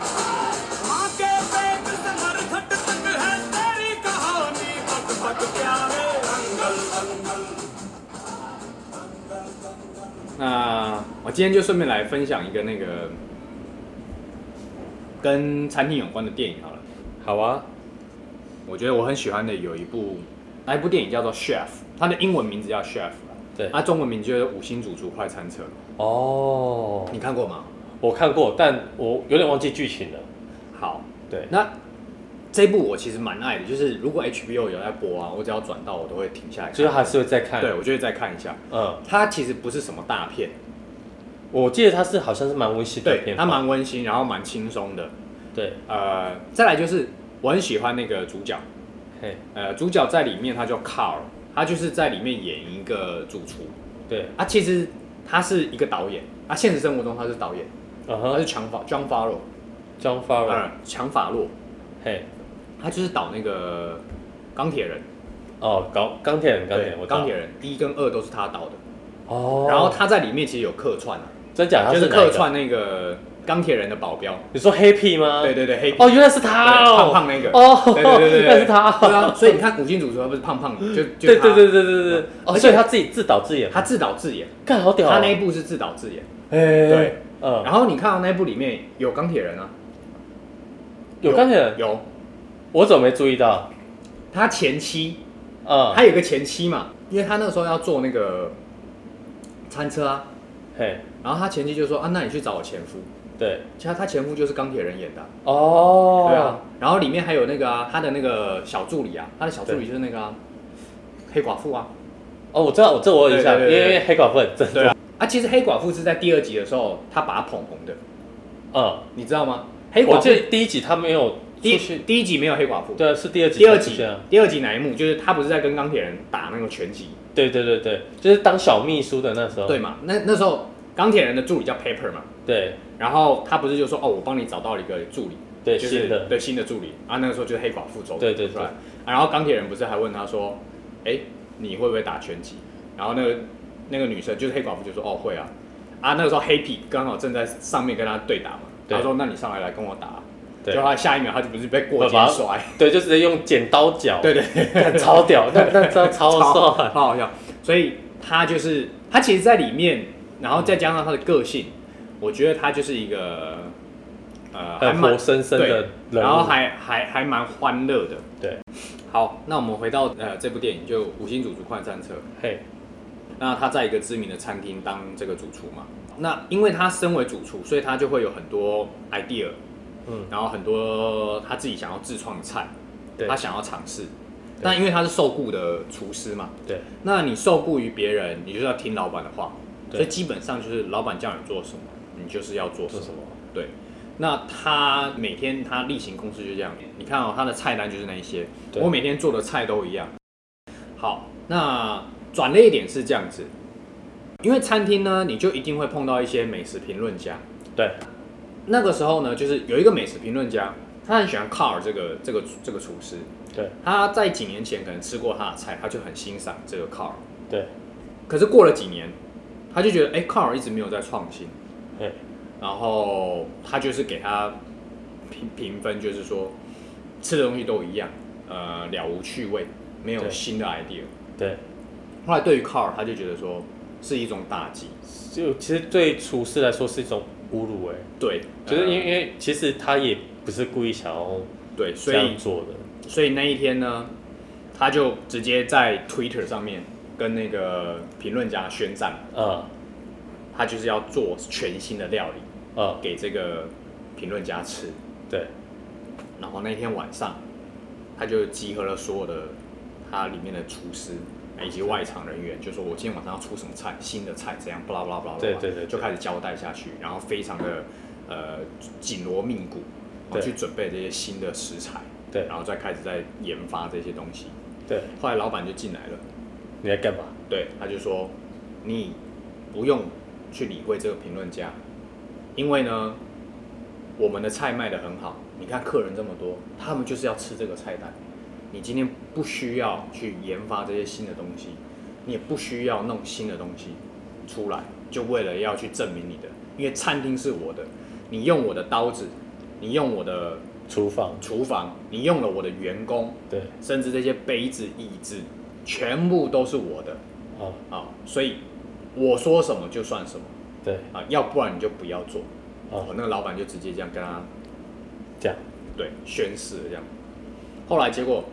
[SPEAKER 3] माँ के पेट से मरघट तक है तेरी कहानी पक पक प्यारे अंगल अंगल
[SPEAKER 1] 那我今天就顺便来分享一个那个跟餐厅有关的电影好了，
[SPEAKER 2] 好啊，
[SPEAKER 1] 我觉得我很喜欢的有一部，那一部电影叫做《Chef》，它的英文名字叫《Chef》啊，
[SPEAKER 2] 对
[SPEAKER 1] 它中文名就是《五星主厨快餐车》，
[SPEAKER 2] 哦，
[SPEAKER 1] 你看过吗？
[SPEAKER 2] 我看过，但我有点忘记剧情了，
[SPEAKER 1] 好，
[SPEAKER 2] 对，
[SPEAKER 1] 那这一部我其实蛮爱的，就是如果 HBO 有在播啊，我只要转到我都会停下来看。
[SPEAKER 2] 就是还是会再看，
[SPEAKER 1] 对，我就会再看一下。
[SPEAKER 2] 嗯，
[SPEAKER 1] 它其实不是什么大片，
[SPEAKER 2] 我记得它是好像是蛮温馨的
[SPEAKER 1] 对，
[SPEAKER 2] 片，
[SPEAKER 1] 它蛮温馨，然后蛮轻松的。
[SPEAKER 2] 对，
[SPEAKER 1] 呃，再来就是我很喜欢那个主角，
[SPEAKER 2] 嘿，
[SPEAKER 1] 呃，主角在里面他叫 Carl，他就是在里面演一个主厨，
[SPEAKER 2] 对，
[SPEAKER 1] 啊，其实他是一个导演，啊，现实生活中他是导演，
[SPEAKER 2] 嗯
[SPEAKER 1] 他
[SPEAKER 2] 哼
[SPEAKER 1] 是强法 John Farrow，
[SPEAKER 2] ，John Farrow，
[SPEAKER 1] 嗯，强法洛，
[SPEAKER 2] 嘿，
[SPEAKER 1] 他就是导那个钢铁人，
[SPEAKER 2] 哦，钢钢铁人，钢铁人，我
[SPEAKER 1] 对
[SPEAKER 2] 知道
[SPEAKER 1] 钢铁，人一跟二都是他导的，
[SPEAKER 2] 哦，
[SPEAKER 1] 然后他在里面其实有客串啊，
[SPEAKER 2] 真假他
[SPEAKER 1] 就是
[SPEAKER 2] 是哪一
[SPEAKER 1] 客
[SPEAKER 2] 个，
[SPEAKER 1] 串那个钢铁人的保镖，
[SPEAKER 2] 你说 Happy 吗？
[SPEAKER 1] 对，对对，黑
[SPEAKER 2] 哦，原来是他
[SPEAKER 1] 对
[SPEAKER 2] 哦，
[SPEAKER 1] 胖胖那个
[SPEAKER 2] 哦，
[SPEAKER 1] 对对对对
[SPEAKER 2] 原来是他
[SPEAKER 1] 对啊，
[SPEAKER 2] 哦，
[SPEAKER 1] 所以你看古今主厨他不是胖胖的，就就
[SPEAKER 2] 对
[SPEAKER 1] 他
[SPEAKER 2] 对对对对对，哦，
[SPEAKER 1] 而且
[SPEAKER 2] 所以他自己自导自演，
[SPEAKER 1] 他自导自演，
[SPEAKER 2] 干好屌哦，
[SPEAKER 1] 他那一部是自导自演，
[SPEAKER 2] 哎，
[SPEAKER 1] 对，
[SPEAKER 2] 嗯，
[SPEAKER 1] 然后你看到那一部里面有钢铁人啊，
[SPEAKER 2] 有钢铁人，
[SPEAKER 1] 有
[SPEAKER 2] 我怎么没注意到？
[SPEAKER 1] 他前妻，
[SPEAKER 2] 嗯，
[SPEAKER 1] 他有个前妻嘛，因为他那时候要做那个餐车啊，
[SPEAKER 2] 嘿，
[SPEAKER 1] 然后他前妻就说啊，那你去找我前夫，
[SPEAKER 2] 对，
[SPEAKER 1] 其实他前夫就是钢铁人演的啊、
[SPEAKER 2] 哦，
[SPEAKER 1] 对啊，，然后里面还有那个啊，他的那个小助理啊，他的小助理就是那个、啊、黑寡妇啊，
[SPEAKER 2] 哦，我知道，我这我有印象，因
[SPEAKER 1] 对对
[SPEAKER 2] 为
[SPEAKER 1] 对对
[SPEAKER 2] 因为黑寡妇很正，
[SPEAKER 1] 对啊，啊，其实黑寡妇是在第二集的时候他把他捧红的，
[SPEAKER 2] 嗯，
[SPEAKER 1] 你知道吗？黑寡
[SPEAKER 2] 我
[SPEAKER 1] 妇
[SPEAKER 2] 记得第一集他没有
[SPEAKER 1] 第
[SPEAKER 2] 出去，
[SPEAKER 1] 第一集没有黑寡妇，
[SPEAKER 2] 对啊，是第二集，
[SPEAKER 1] 第二集
[SPEAKER 2] 啊，
[SPEAKER 1] 第二集哪一幕就是他不是在跟钢铁人打那个拳击，
[SPEAKER 2] 对对对对，就是当小秘书的那时候，
[SPEAKER 1] 对嘛？那那时候钢铁人的助理叫 Paper 嘛，
[SPEAKER 2] 对
[SPEAKER 1] 然后他不是就说哦，我帮你找到了一个助理，
[SPEAKER 2] 对
[SPEAKER 1] 就是
[SPEAKER 2] 新的，
[SPEAKER 1] 对新的助理啊，那个时候就是黑寡妇走
[SPEAKER 2] 对对
[SPEAKER 1] 出来、啊然后钢铁人不是还问他说，哎，你会不会打拳击？然后那个那个女生就是黑寡妇就说哦会啊，啊那个时候黑皮刚好正在上面跟他对打嘛，
[SPEAKER 2] 对
[SPEAKER 1] 他说那你上来来跟我打啊，
[SPEAKER 2] 对哦
[SPEAKER 1] 结果他下一秒他就不是被过肩
[SPEAKER 2] 把他
[SPEAKER 1] 摔，
[SPEAKER 2] 对，就直接用剪刀脚，
[SPEAKER 1] 对对对。
[SPEAKER 2] 干，超屌，那 那真的超
[SPEAKER 1] 超
[SPEAKER 2] 帅，
[SPEAKER 1] 好笑。所以他就是他其实，在里面，然后再加上他的个性，我觉得他就是一个呃，还
[SPEAKER 2] 很
[SPEAKER 1] 蛮
[SPEAKER 2] 活生生的
[SPEAKER 1] 对
[SPEAKER 2] 人物，
[SPEAKER 1] 然后还还还蛮欢乐的。
[SPEAKER 2] 对，
[SPEAKER 1] 好，那我们回到呃这部电影，就《五星主厨快餐车》。
[SPEAKER 2] 嘿，
[SPEAKER 1] 那他在一个知名的餐厅当这个主厨嘛，那因为他身为主厨，所以他就会有很多 idea，
[SPEAKER 2] 嗯，
[SPEAKER 1] 然后很多他自己想要自创的菜，
[SPEAKER 2] 对
[SPEAKER 1] 他想要尝试。但因为他是受雇的厨师嘛，
[SPEAKER 2] 对
[SPEAKER 1] 那你受雇于别人，你就是要听老板的话，
[SPEAKER 2] 对
[SPEAKER 1] 所以基本上就是老板叫你做什么，你就是要做什
[SPEAKER 2] 做
[SPEAKER 1] 么。
[SPEAKER 2] 什么？
[SPEAKER 1] 对，那他每天他例行公事就这样，你看哦，他的菜单就是那一些，
[SPEAKER 2] 对
[SPEAKER 1] 我每天做的菜都一样。好，那转捩点是这样子，因为餐厅呢，你就一定会碰到一些美食评论家。
[SPEAKER 2] 对，
[SPEAKER 1] 那个时候呢，就是有一个美食评论家，他很喜欢卡尔这个这个这个厨师，
[SPEAKER 2] 对
[SPEAKER 1] 他在几年前可能吃过他的菜，他就很欣赏这个 Carl。
[SPEAKER 2] 对，
[SPEAKER 1] 可是过了几年，他就觉得，哎、c a r l 一直没有在创新，
[SPEAKER 2] 嘿，
[SPEAKER 1] 然后他就是给他评评分，就是说吃的东西都一样，呃，了无趣味，没有
[SPEAKER 2] 对
[SPEAKER 1] 新的 idea。
[SPEAKER 2] 对，
[SPEAKER 1] 后来对于 Carl，他就觉得说是一种打击，
[SPEAKER 2] 就其实对厨师来说是一种侮辱，哎，
[SPEAKER 1] 对，
[SPEAKER 2] 就是因为
[SPEAKER 1] 呃
[SPEAKER 2] 因为其实他也不是故意想要
[SPEAKER 1] 对，所
[SPEAKER 2] 这
[SPEAKER 1] 以
[SPEAKER 2] 样做的，
[SPEAKER 1] 所以那一天呢，他就直接在 Twitter 上面跟那个评论家宣战，
[SPEAKER 2] 嗯
[SPEAKER 1] 他就是要做全新的料理
[SPEAKER 2] 嗯，
[SPEAKER 1] 给这个评论家吃。
[SPEAKER 2] 对，
[SPEAKER 1] 然后那天晚上，他就集合了所有的他里面的厨师啊以及外场人员，就说我今天晚上要出什么菜，新的菜怎样，巴拉巴拉巴拉，
[SPEAKER 2] 对对对对
[SPEAKER 1] 就开始交代下去，然后非常的呃紧锣密鼓，然后
[SPEAKER 2] 对
[SPEAKER 1] 去准备这些新的食材，
[SPEAKER 2] 对
[SPEAKER 1] 然后再开始在研发这些东西。
[SPEAKER 2] 对，
[SPEAKER 1] 后来老板就进来了，
[SPEAKER 2] 你在干嘛？
[SPEAKER 1] 对，他就说你不用去理会这个评论家，因为呢，我们的菜卖得很好，你看客人这么多，他们就是要吃这个菜单，你今天不需要去研发这些新的东西，你也不需要弄新的东西出来，就为了要去证明你的，因为餐厅是我的，你用我的刀子，你用我的
[SPEAKER 2] 厨房，
[SPEAKER 1] 厨房，你用了我的员工，
[SPEAKER 2] 对，
[SPEAKER 1] 甚至这些杯子、椅子，全部都是我的
[SPEAKER 2] 啊，
[SPEAKER 1] 啊，所以我说什么就算什么
[SPEAKER 2] 对，
[SPEAKER 1] 啊，要不然你就不要做。
[SPEAKER 2] 啊
[SPEAKER 1] 我，那个老板就直接这样跟他
[SPEAKER 2] 这样，
[SPEAKER 1] 对宣誓了这样。后来结果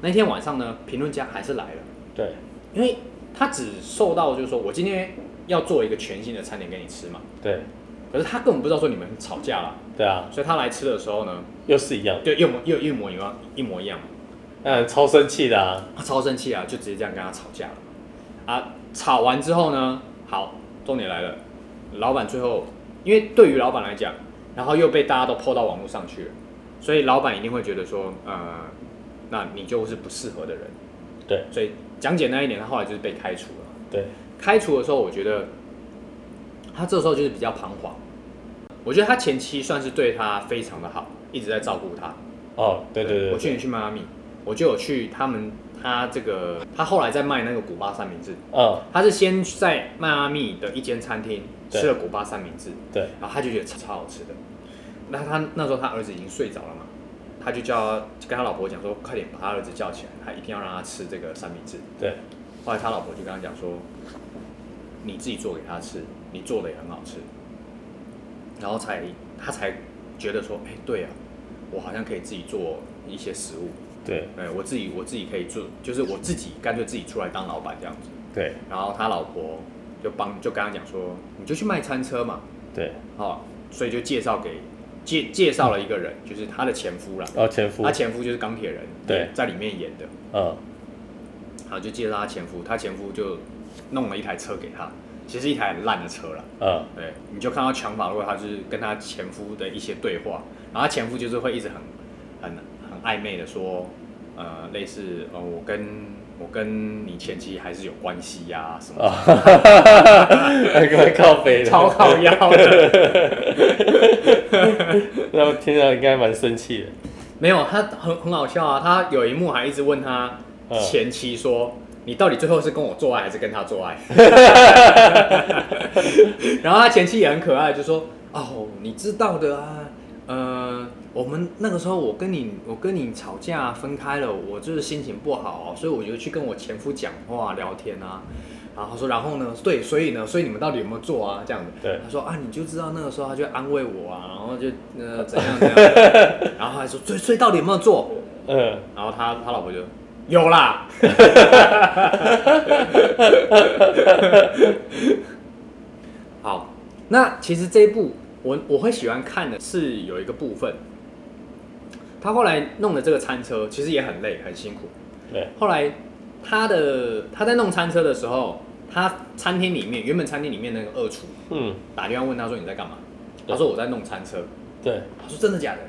[SPEAKER 1] 那天晚上呢，评论家还是来了，
[SPEAKER 2] 对，
[SPEAKER 1] 因为他只受到就是说我今天要做一个全新的餐点给你吃嘛，
[SPEAKER 2] 对，
[SPEAKER 1] 可是他根本不知道说你们吵架了，
[SPEAKER 2] 对啊，
[SPEAKER 1] 所以他来吃的时候呢，
[SPEAKER 2] 又是一样，
[SPEAKER 1] 就又模又一模一样一模一样嘛。
[SPEAKER 2] 嗯，超生气的啊，
[SPEAKER 1] 他超生气啊，就直接这样跟他吵架了。啊，吵完之后呢，好，重点来了，老板最后，因为对于老板来讲，然后又被大家都泼到网络上嗯去了，所以老板一定会觉得说，呃，那你就是不适合的人，
[SPEAKER 2] 对
[SPEAKER 1] 所以讲简单一点，他后来就是被开除了。
[SPEAKER 2] 对，
[SPEAKER 1] 开除的时候，我觉得他这时候就是比较彷徨。我觉得他前妻算是对他非常的好，一直在照顾他。
[SPEAKER 2] 哦，对对对，
[SPEAKER 1] 我去年去迈阿密，我就有去他们他这个他后来在卖那个古巴三明治，
[SPEAKER 2] 嗯，
[SPEAKER 1] 他是先在迈阿密的一间餐厅
[SPEAKER 2] 对
[SPEAKER 1] 吃了古巴三明治，
[SPEAKER 2] 对，
[SPEAKER 1] 然后他就觉得超超好吃的。那他那时候他儿子已经睡着了嘛，他就叫跟他老婆讲说，快点把他儿子叫起来，他一定要让他吃这个三明治。
[SPEAKER 2] 对，
[SPEAKER 1] 后来他老婆就跟他讲说，你自己做给他吃，你做的也很好吃，然后才他才觉得说，哎、对啊，我好像可以自己做一些食物，
[SPEAKER 2] 对
[SPEAKER 1] 哎、我自己我自己可以做，就是我自己干脆自己出来当老板这样子。
[SPEAKER 2] 对
[SPEAKER 1] 然后他老婆就帮就跟他讲说，你就去卖餐车嘛，
[SPEAKER 2] 对，
[SPEAKER 1] 哦，所以就介绍给介介绍了一个人，就是他的前夫啦，
[SPEAKER 2] 哦，前夫
[SPEAKER 1] 他，前夫就是钢铁人，
[SPEAKER 2] 对
[SPEAKER 1] 在里面演的，
[SPEAKER 2] 嗯，
[SPEAKER 1] 然后就介绍他前夫，他前夫就弄了一台车给他，其实一台很烂的车啦。
[SPEAKER 2] 嗯，
[SPEAKER 1] 对，你就看到强法洛他就是跟他前夫的一些对话，然后他前夫就是会一直很很很暧昧的说，呃，类似呃我跟我跟你前妻还是有关系呀、什么
[SPEAKER 2] 啊，各位靠北的，
[SPEAKER 1] 超靠腰的。
[SPEAKER 2] 那我听到应该蛮生气的。
[SPEAKER 1] 没有，他很很好笑啊！他有一幕还一直问他
[SPEAKER 2] 嗯
[SPEAKER 1] 前妻说：“你到底最后是跟我做爱还是跟他做爱？”然后他前妻也很可爱，就说：“哦，你知道的啊，呃，我们那个时候我跟你我跟你吵架分开了，我就是心情不好、所以我就去跟我前夫讲话聊天啊。”然后说，然后呢？对，所以呢？所以你们到底有没有做啊？这样子。
[SPEAKER 2] 对
[SPEAKER 1] 他说啊，你就知道那个时候，他就安慰我啊，然后就呃怎样怎样，然后还说所以所以到底有没有做？
[SPEAKER 2] 嗯，
[SPEAKER 1] 然后他他老婆就有啦， 好，那其实这一部我我会喜欢看的是有一个部分，他后来弄的这个餐车其实也很累很辛苦，
[SPEAKER 2] 对，
[SPEAKER 1] 后来他的他在弄餐车的时候，他餐厅里面原本餐厅里面那个二厨
[SPEAKER 2] 嗯，
[SPEAKER 1] 打电话问他说你在干嘛？
[SPEAKER 2] 对
[SPEAKER 1] 他说我在弄餐车。
[SPEAKER 2] 对，
[SPEAKER 1] 他说真的假的？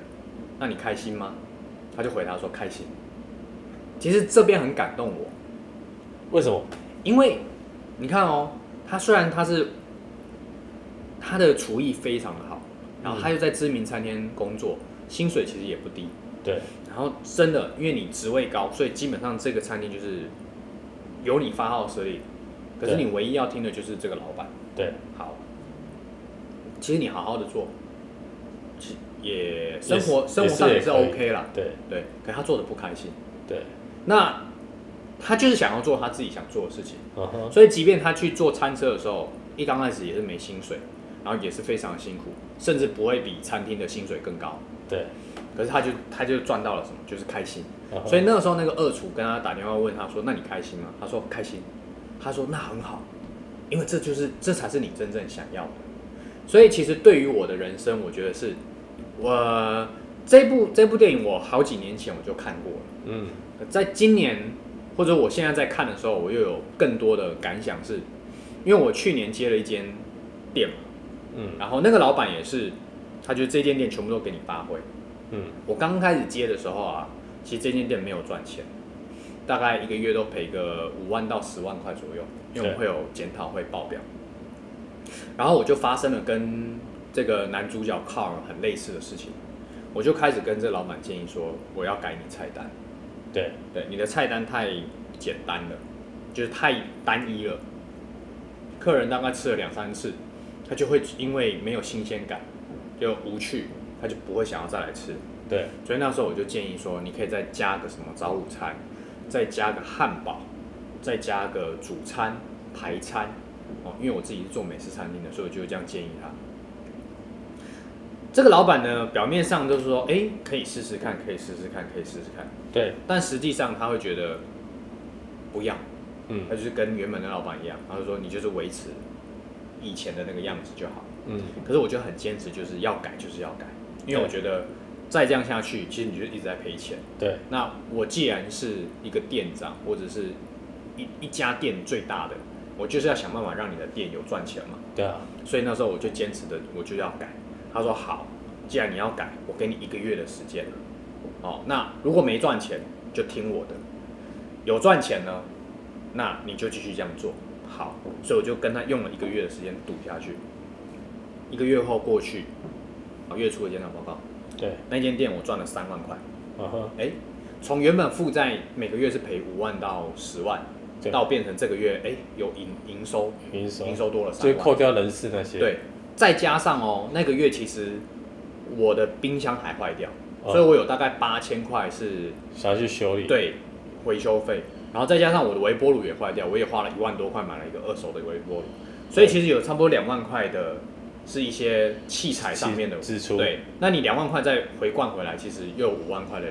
[SPEAKER 1] 那你开心吗？他就回答说开心。其实这边很感动我，
[SPEAKER 2] 为什么？
[SPEAKER 1] 因为你看哦，他虽然他是他的厨艺非常的好，然后他又在知名餐厅工作，薪水其实也不低。
[SPEAKER 2] 对，
[SPEAKER 1] 然后真的，因为你职位高，所以基本上这个餐厅就是由你发号施令。可是
[SPEAKER 2] 对
[SPEAKER 1] 你唯一要听的就是这个老板。
[SPEAKER 2] 对，
[SPEAKER 1] 好，其实你好好的做，其也生活生活上也是
[SPEAKER 2] 可以
[SPEAKER 1] OK 啦。
[SPEAKER 2] 对，
[SPEAKER 1] 对，可他做的不开心，
[SPEAKER 2] 对，
[SPEAKER 1] 那他就是想要做他自己想做的事情，
[SPEAKER 2] 嗯哼，
[SPEAKER 1] 所以即便他去做餐车的时候，一刚开始也是没薪水，然后也是非常辛苦，甚至不会比餐厅的薪水更高。
[SPEAKER 2] 对，
[SPEAKER 1] 可是他就他就赚到了什么，就是开心。
[SPEAKER 2] 嗯哼
[SPEAKER 1] 所以那个时候那个二厨跟他打电话问他说：“那你开心吗？”他说：“开心。”他说：“那很好，因为这就是这才是你真正想要的。”所以其实对于我的人生，我觉得是我这部这部电影我好几年前我就看过了，
[SPEAKER 2] 嗯，
[SPEAKER 1] 在今年或者我现在在看的时候，我又有更多的感想是，因为我去年接了一间店嘛，
[SPEAKER 2] 嗯，
[SPEAKER 1] 然后那个老板也是，他觉得这间店全部都给你发挥。
[SPEAKER 2] 嗯，
[SPEAKER 1] 我刚开始接的时候啊，其实这间店没有赚钱，大概一个月都赔个五万到十万块左右，因为我们会有检讨会报表。然后我就发生了跟这个男主角 Carl 很类似的事情，我就开始跟这老板建议说，我要改你菜单，
[SPEAKER 2] 对，
[SPEAKER 1] 对，你的菜单太简单了，就是太单一了，客人大概吃了两三次，他就会因为没有新鲜感，就无趣，他就不会想要再来吃。
[SPEAKER 2] 对，
[SPEAKER 1] 所以那时候我就建议说，你可以再加个什么早午餐，再加个汉堡，再加个主餐、排餐哦。因为我自己是做美式餐厅的，所以我就这样建议他。这个老板呢，表面上就是说，哎，可以试试看，可以试试看，可以试试看，
[SPEAKER 2] 对，
[SPEAKER 1] 但实际上他会觉得不要，
[SPEAKER 2] 嗯
[SPEAKER 1] 他，就是跟原本的老板一样，他就说你就是维持以前的那个样子就好。
[SPEAKER 2] 嗯，
[SPEAKER 1] 可是我就很坚持，就是要改，就是要改，因为我觉得再这样下去，其实你就一直在赔钱。
[SPEAKER 2] 对，
[SPEAKER 1] 那我既然是一个店长，或者是一一家店最大的，我就是要想办法让你的店有赚钱嘛。
[SPEAKER 2] 对啊，
[SPEAKER 1] 所以那时候我就坚持的，我就要改。他说好，既然你要改，我给你一个月的时间。哦，那如果没赚钱就听我的。有赚钱呢，那你就继续这样做。好，所以我就跟他用了一个月的时间赌下去。一个月后过去，啊，月初的检讨报告，
[SPEAKER 2] 对，
[SPEAKER 1] 那间店我赚了三万块。
[SPEAKER 2] 嗯哼，
[SPEAKER 1] 哎，从原本负债每个月是赔五万到十万
[SPEAKER 2] 对，
[SPEAKER 1] 到变成这个月哎有营营收，
[SPEAKER 2] 营收
[SPEAKER 1] 营收多了
[SPEAKER 2] 所以
[SPEAKER 1] 三
[SPEAKER 2] 扣
[SPEAKER 1] 万。
[SPEAKER 2] 掉人事那些，，
[SPEAKER 1] 对，再加上哦，那个月其实我的冰箱还坏掉，
[SPEAKER 2] 哦
[SPEAKER 1] 所以我有大概八千块是
[SPEAKER 2] 想要去修理，，
[SPEAKER 1] 对，维修费，然后再加上我的微波炉也坏掉，我也花了一万多块买了一个二手的微波炉，所以其实有差不多两万块的是一些器材上面的
[SPEAKER 2] 支支出
[SPEAKER 1] 对，那你两万块再回灌回来，其实又有五万块的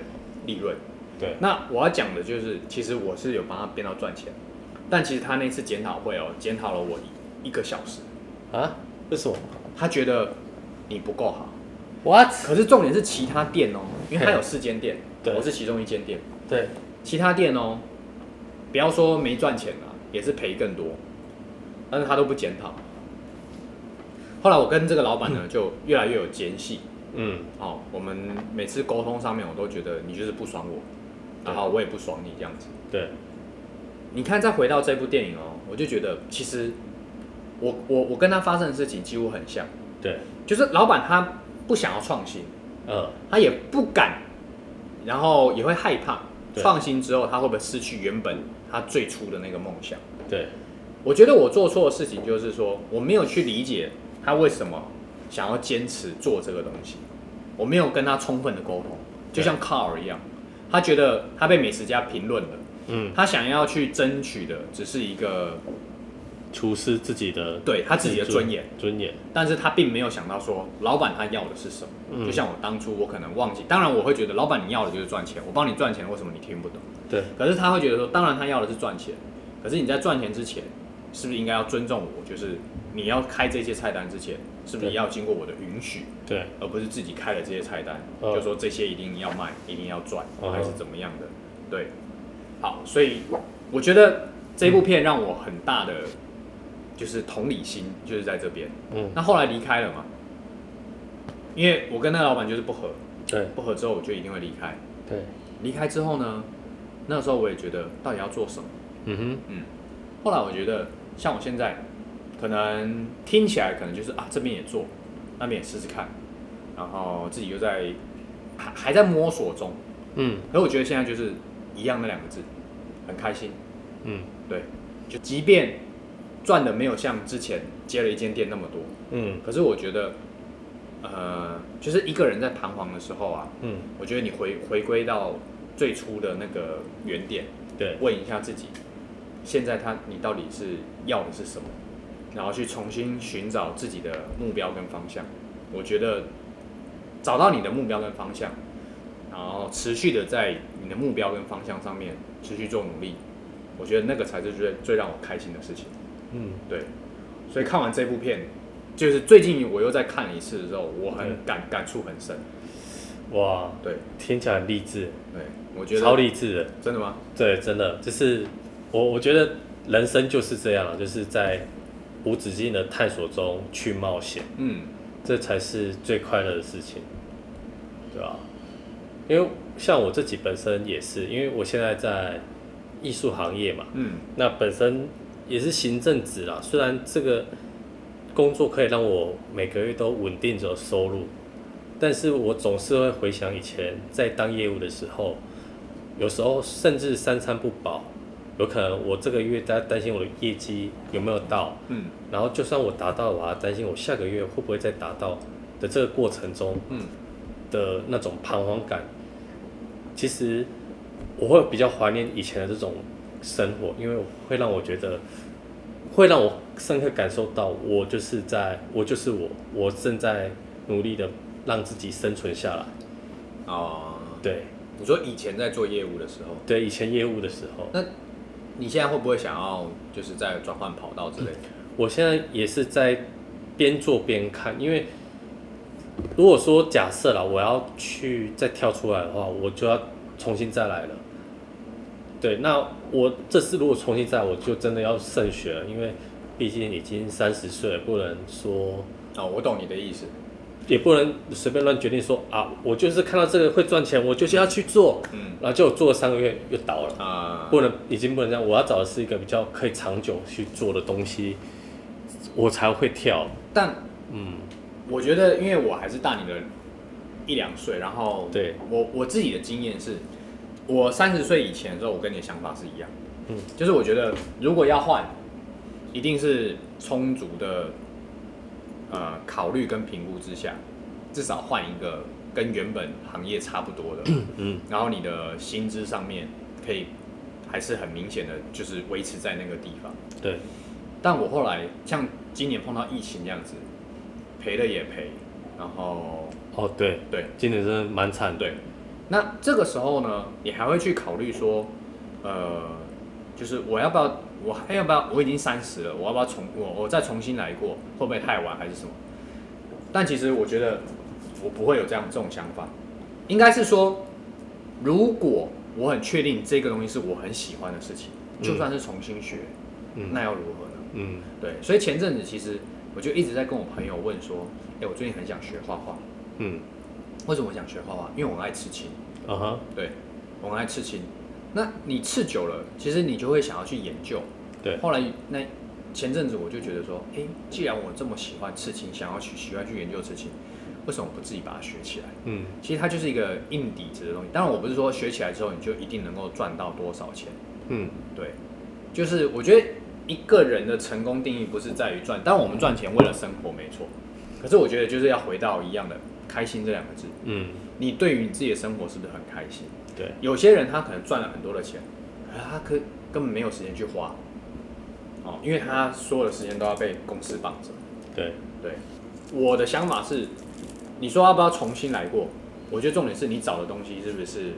[SPEAKER 1] 利润。
[SPEAKER 2] 对
[SPEAKER 1] 那我要讲的就是，其实我是有帮他变到赚钱，但其实他那次检讨会哦，检讨了我一一个小时，
[SPEAKER 2] 啊，为什么
[SPEAKER 1] 他觉得你不够好。
[SPEAKER 2] ？What？
[SPEAKER 1] 可是重点是其他店哦，因为他有四间店，
[SPEAKER 2] 对
[SPEAKER 1] 我是其中一间店。
[SPEAKER 2] 对，
[SPEAKER 1] 其他店哦，不要说没赚钱啦，也是赔更多，但是他都不检讨。后来我跟这个老板呢，就越来越有间隙
[SPEAKER 2] 嗯，
[SPEAKER 1] 哦。我们每次沟通上面，我都觉得你就是不爽我，然后我也不爽你这样子。
[SPEAKER 2] 对，
[SPEAKER 1] 你看，再回到这部电影哦，我就觉得其实我我我跟他发生的事情几乎很像，
[SPEAKER 2] 对，
[SPEAKER 1] 就是老板他不想要创新，
[SPEAKER 2] 嗯，
[SPEAKER 1] 他也不敢，然后也会害怕
[SPEAKER 2] 对
[SPEAKER 1] 创新之后，他会不会失去原本他最初的那个梦想？
[SPEAKER 2] 对，
[SPEAKER 1] 我觉得我做错的事情就是说，我没有去理解他为什么想要坚持做这个东西，我没有跟他充分的沟通，就
[SPEAKER 2] 对
[SPEAKER 1] 像 Carl 一样，他觉得他被美食家评论了，
[SPEAKER 2] 嗯，
[SPEAKER 1] 他想要去争取的只是一个
[SPEAKER 2] 厨师自己的
[SPEAKER 1] 对他自己的尊严，，
[SPEAKER 2] 尊严，
[SPEAKER 1] 但是他并没有想到说，老板他要的是什么。
[SPEAKER 2] 嗯
[SPEAKER 1] 就像我当初，我可能忘记，当然我会觉得老板你要的就是赚钱，我帮你赚钱，为什么你听不懂？
[SPEAKER 2] 对，
[SPEAKER 1] 可是他会觉得说，当然他要的是赚钱，可是你在赚钱之前，是不是应该要尊重我？就是你要开这些菜单之前，是不是
[SPEAKER 2] 对
[SPEAKER 1] 要经过我的允许，
[SPEAKER 2] 对，
[SPEAKER 1] 而不是自己开了这些菜单，
[SPEAKER 2] 嗯
[SPEAKER 1] 就说这些一定要卖，一定要赚，
[SPEAKER 2] 嗯
[SPEAKER 1] 还是怎么样的？对，好，所以我觉得这部片让我很大的就是同理心，就是在这边。
[SPEAKER 2] 嗯，
[SPEAKER 1] 那后来离开了嘛，因为我跟那个老板就是不合，
[SPEAKER 2] 对，
[SPEAKER 1] 不合之后我就一定会离开。
[SPEAKER 2] 对，
[SPEAKER 1] 离开之后呢，那时候我也觉得到底要做什么。
[SPEAKER 2] 嗯
[SPEAKER 1] 嗯，后来我觉得像我现在，可能听起来可能就是啊这边也做，那边也试试看，然后自己又在还还在摸索中。
[SPEAKER 2] 哼，嗯，
[SPEAKER 1] 可我觉得现在就是一样那两个字，很开心。
[SPEAKER 2] 嗯，
[SPEAKER 1] 对，就即便赚的没有像之前接了一间店那么多，
[SPEAKER 2] 嗯，
[SPEAKER 1] 可是我觉得，呃，就是一个人在彷徨的时候啊，
[SPEAKER 2] 嗯，
[SPEAKER 1] 我觉得你回回归到最初的那个原点，
[SPEAKER 2] 对，
[SPEAKER 1] 问一下自己，现在他你到底是要的是什么，然后去重新寻找自己的目标跟方向。我觉得找到你的目标跟方向，然后持续的在你的目标跟方向上面持续做努力，我觉得那个才是最最让我开心的事情。
[SPEAKER 2] 嗯，
[SPEAKER 1] 对，所以看完这部片，就是最近我又再看了一次的时候，我
[SPEAKER 2] 嗯
[SPEAKER 1] 很感感触很深。
[SPEAKER 2] 哇，
[SPEAKER 1] 对，
[SPEAKER 2] 听起来很励志，
[SPEAKER 1] 对，我觉得
[SPEAKER 2] 超励志的。
[SPEAKER 1] 真的吗？
[SPEAKER 2] 对，真的就是我，我觉得人生就是这样了，就是在无止境的探索中去冒险，
[SPEAKER 1] 嗯，
[SPEAKER 2] 这才是最快乐的事情，对吧、因为像我自己本身也是，因为我现在在艺术行业嘛，
[SPEAKER 1] 嗯，
[SPEAKER 2] 那本身也是行政职啦，虽然这个工作可以让我每个月都稳定着收入，但是我总是会回想以前在当业务的时候，有时候甚至三餐不保，有可能我这个月在担心我的业绩有没有到，
[SPEAKER 1] 嗯
[SPEAKER 2] 然后就算我达到了，我还担心我下个月会不会再达到的这个过程中
[SPEAKER 1] 嗯
[SPEAKER 2] 的那种彷徨感，其实我会比较怀念以前的这种生活，因为会让我觉得，会让我深刻感受到，我就是在，我就是我，我正在努力的让自己生存下来。
[SPEAKER 1] 哦，
[SPEAKER 2] 对
[SPEAKER 1] 你说以前在做业务的时候，
[SPEAKER 2] 对，以前业务的时候，
[SPEAKER 1] 那你现在会不会想要就是在转换跑道之类的？
[SPEAKER 2] 我现在也是在边做边看，因为如果说假设啦，我要去再跳出来的话，我就要重新再来了。对，那我这次如果重新再来，我就真的要慎学了，因为毕竟已经三十岁了，不能说
[SPEAKER 1] 哦，我懂你的意思。
[SPEAKER 2] 也不能随便乱决定说啊，我就是看到这个会赚钱，我就是要去做，
[SPEAKER 1] 嗯
[SPEAKER 2] 然后就做了三个月又倒了。
[SPEAKER 1] 啊，
[SPEAKER 2] 不能，已经不能这样。我要找的是一个比较可以长久去做的东西，我才会跳。
[SPEAKER 1] 但
[SPEAKER 2] 嗯，
[SPEAKER 1] 我觉得，因为我还是大你的一两岁，然后
[SPEAKER 2] 对
[SPEAKER 1] 我我自己的经验是，我三十岁以前的时候，我跟你的想法是一样，
[SPEAKER 2] 嗯
[SPEAKER 1] 就是我觉得如果要换，一定是充足的呃考虑跟评估之下，至少换一个跟原本行业差不多的，
[SPEAKER 2] 嗯，
[SPEAKER 1] 然后你的薪资上面可以还是很明显的，就是维持在那个地方。
[SPEAKER 2] 对，
[SPEAKER 1] 但我后来像今年碰到疫情这样子，赔了也赔，然后
[SPEAKER 2] 哦对，
[SPEAKER 1] 对
[SPEAKER 2] 今年真的蛮惨的。
[SPEAKER 1] 对，那这个时候呢，你还会去考虑说，呃，就是我要不要，我还要不要？我已经三十了，我要不要重我我再重新来过，会不会太晚还是什么？但其实我觉得我不会有这样这种想法，应该是说，如果我很确定这个东西是我很喜欢的事情，就算是重新学，那
[SPEAKER 2] 嗯
[SPEAKER 1] 又如何呢？
[SPEAKER 2] 嗯
[SPEAKER 1] 对，所以前阵子其实我就一直在跟我朋友问说，哎、我最近很想学画画，
[SPEAKER 2] 嗯，
[SPEAKER 1] 为什么我想学画画？因为我很爱刺青，
[SPEAKER 2] 啊哈，
[SPEAKER 1] 对，我很爱刺青。那你刺久了，其实你就会想要去研究。
[SPEAKER 2] 对
[SPEAKER 1] 后来那前阵子我就觉得说，哎、既然我这么喜欢刺青，想要去喜欢去研究刺青，为什么不自己把它学起来？
[SPEAKER 2] 嗯
[SPEAKER 1] 其实它就是一个硬底子的东西。当然，我不是说学起来之后你就一定能够赚到多少钱，
[SPEAKER 2] 嗯
[SPEAKER 1] 对，就是我觉得一个人的成功定义不是在于赚，但我们赚钱为了生活没错，可是我觉得就是要回到一样的开心这两个字，
[SPEAKER 2] 嗯，
[SPEAKER 1] 你对于你自己的生活是不是很开心？
[SPEAKER 2] 对，
[SPEAKER 1] 有些人他可能赚了很多的钱，可是他可根本没有时间去花，哦，因为他所有的时间都要被公司绑着。
[SPEAKER 2] 对，
[SPEAKER 1] 对，我的想法是，你说要不要重新来过？我觉得重点是你找的东西是不是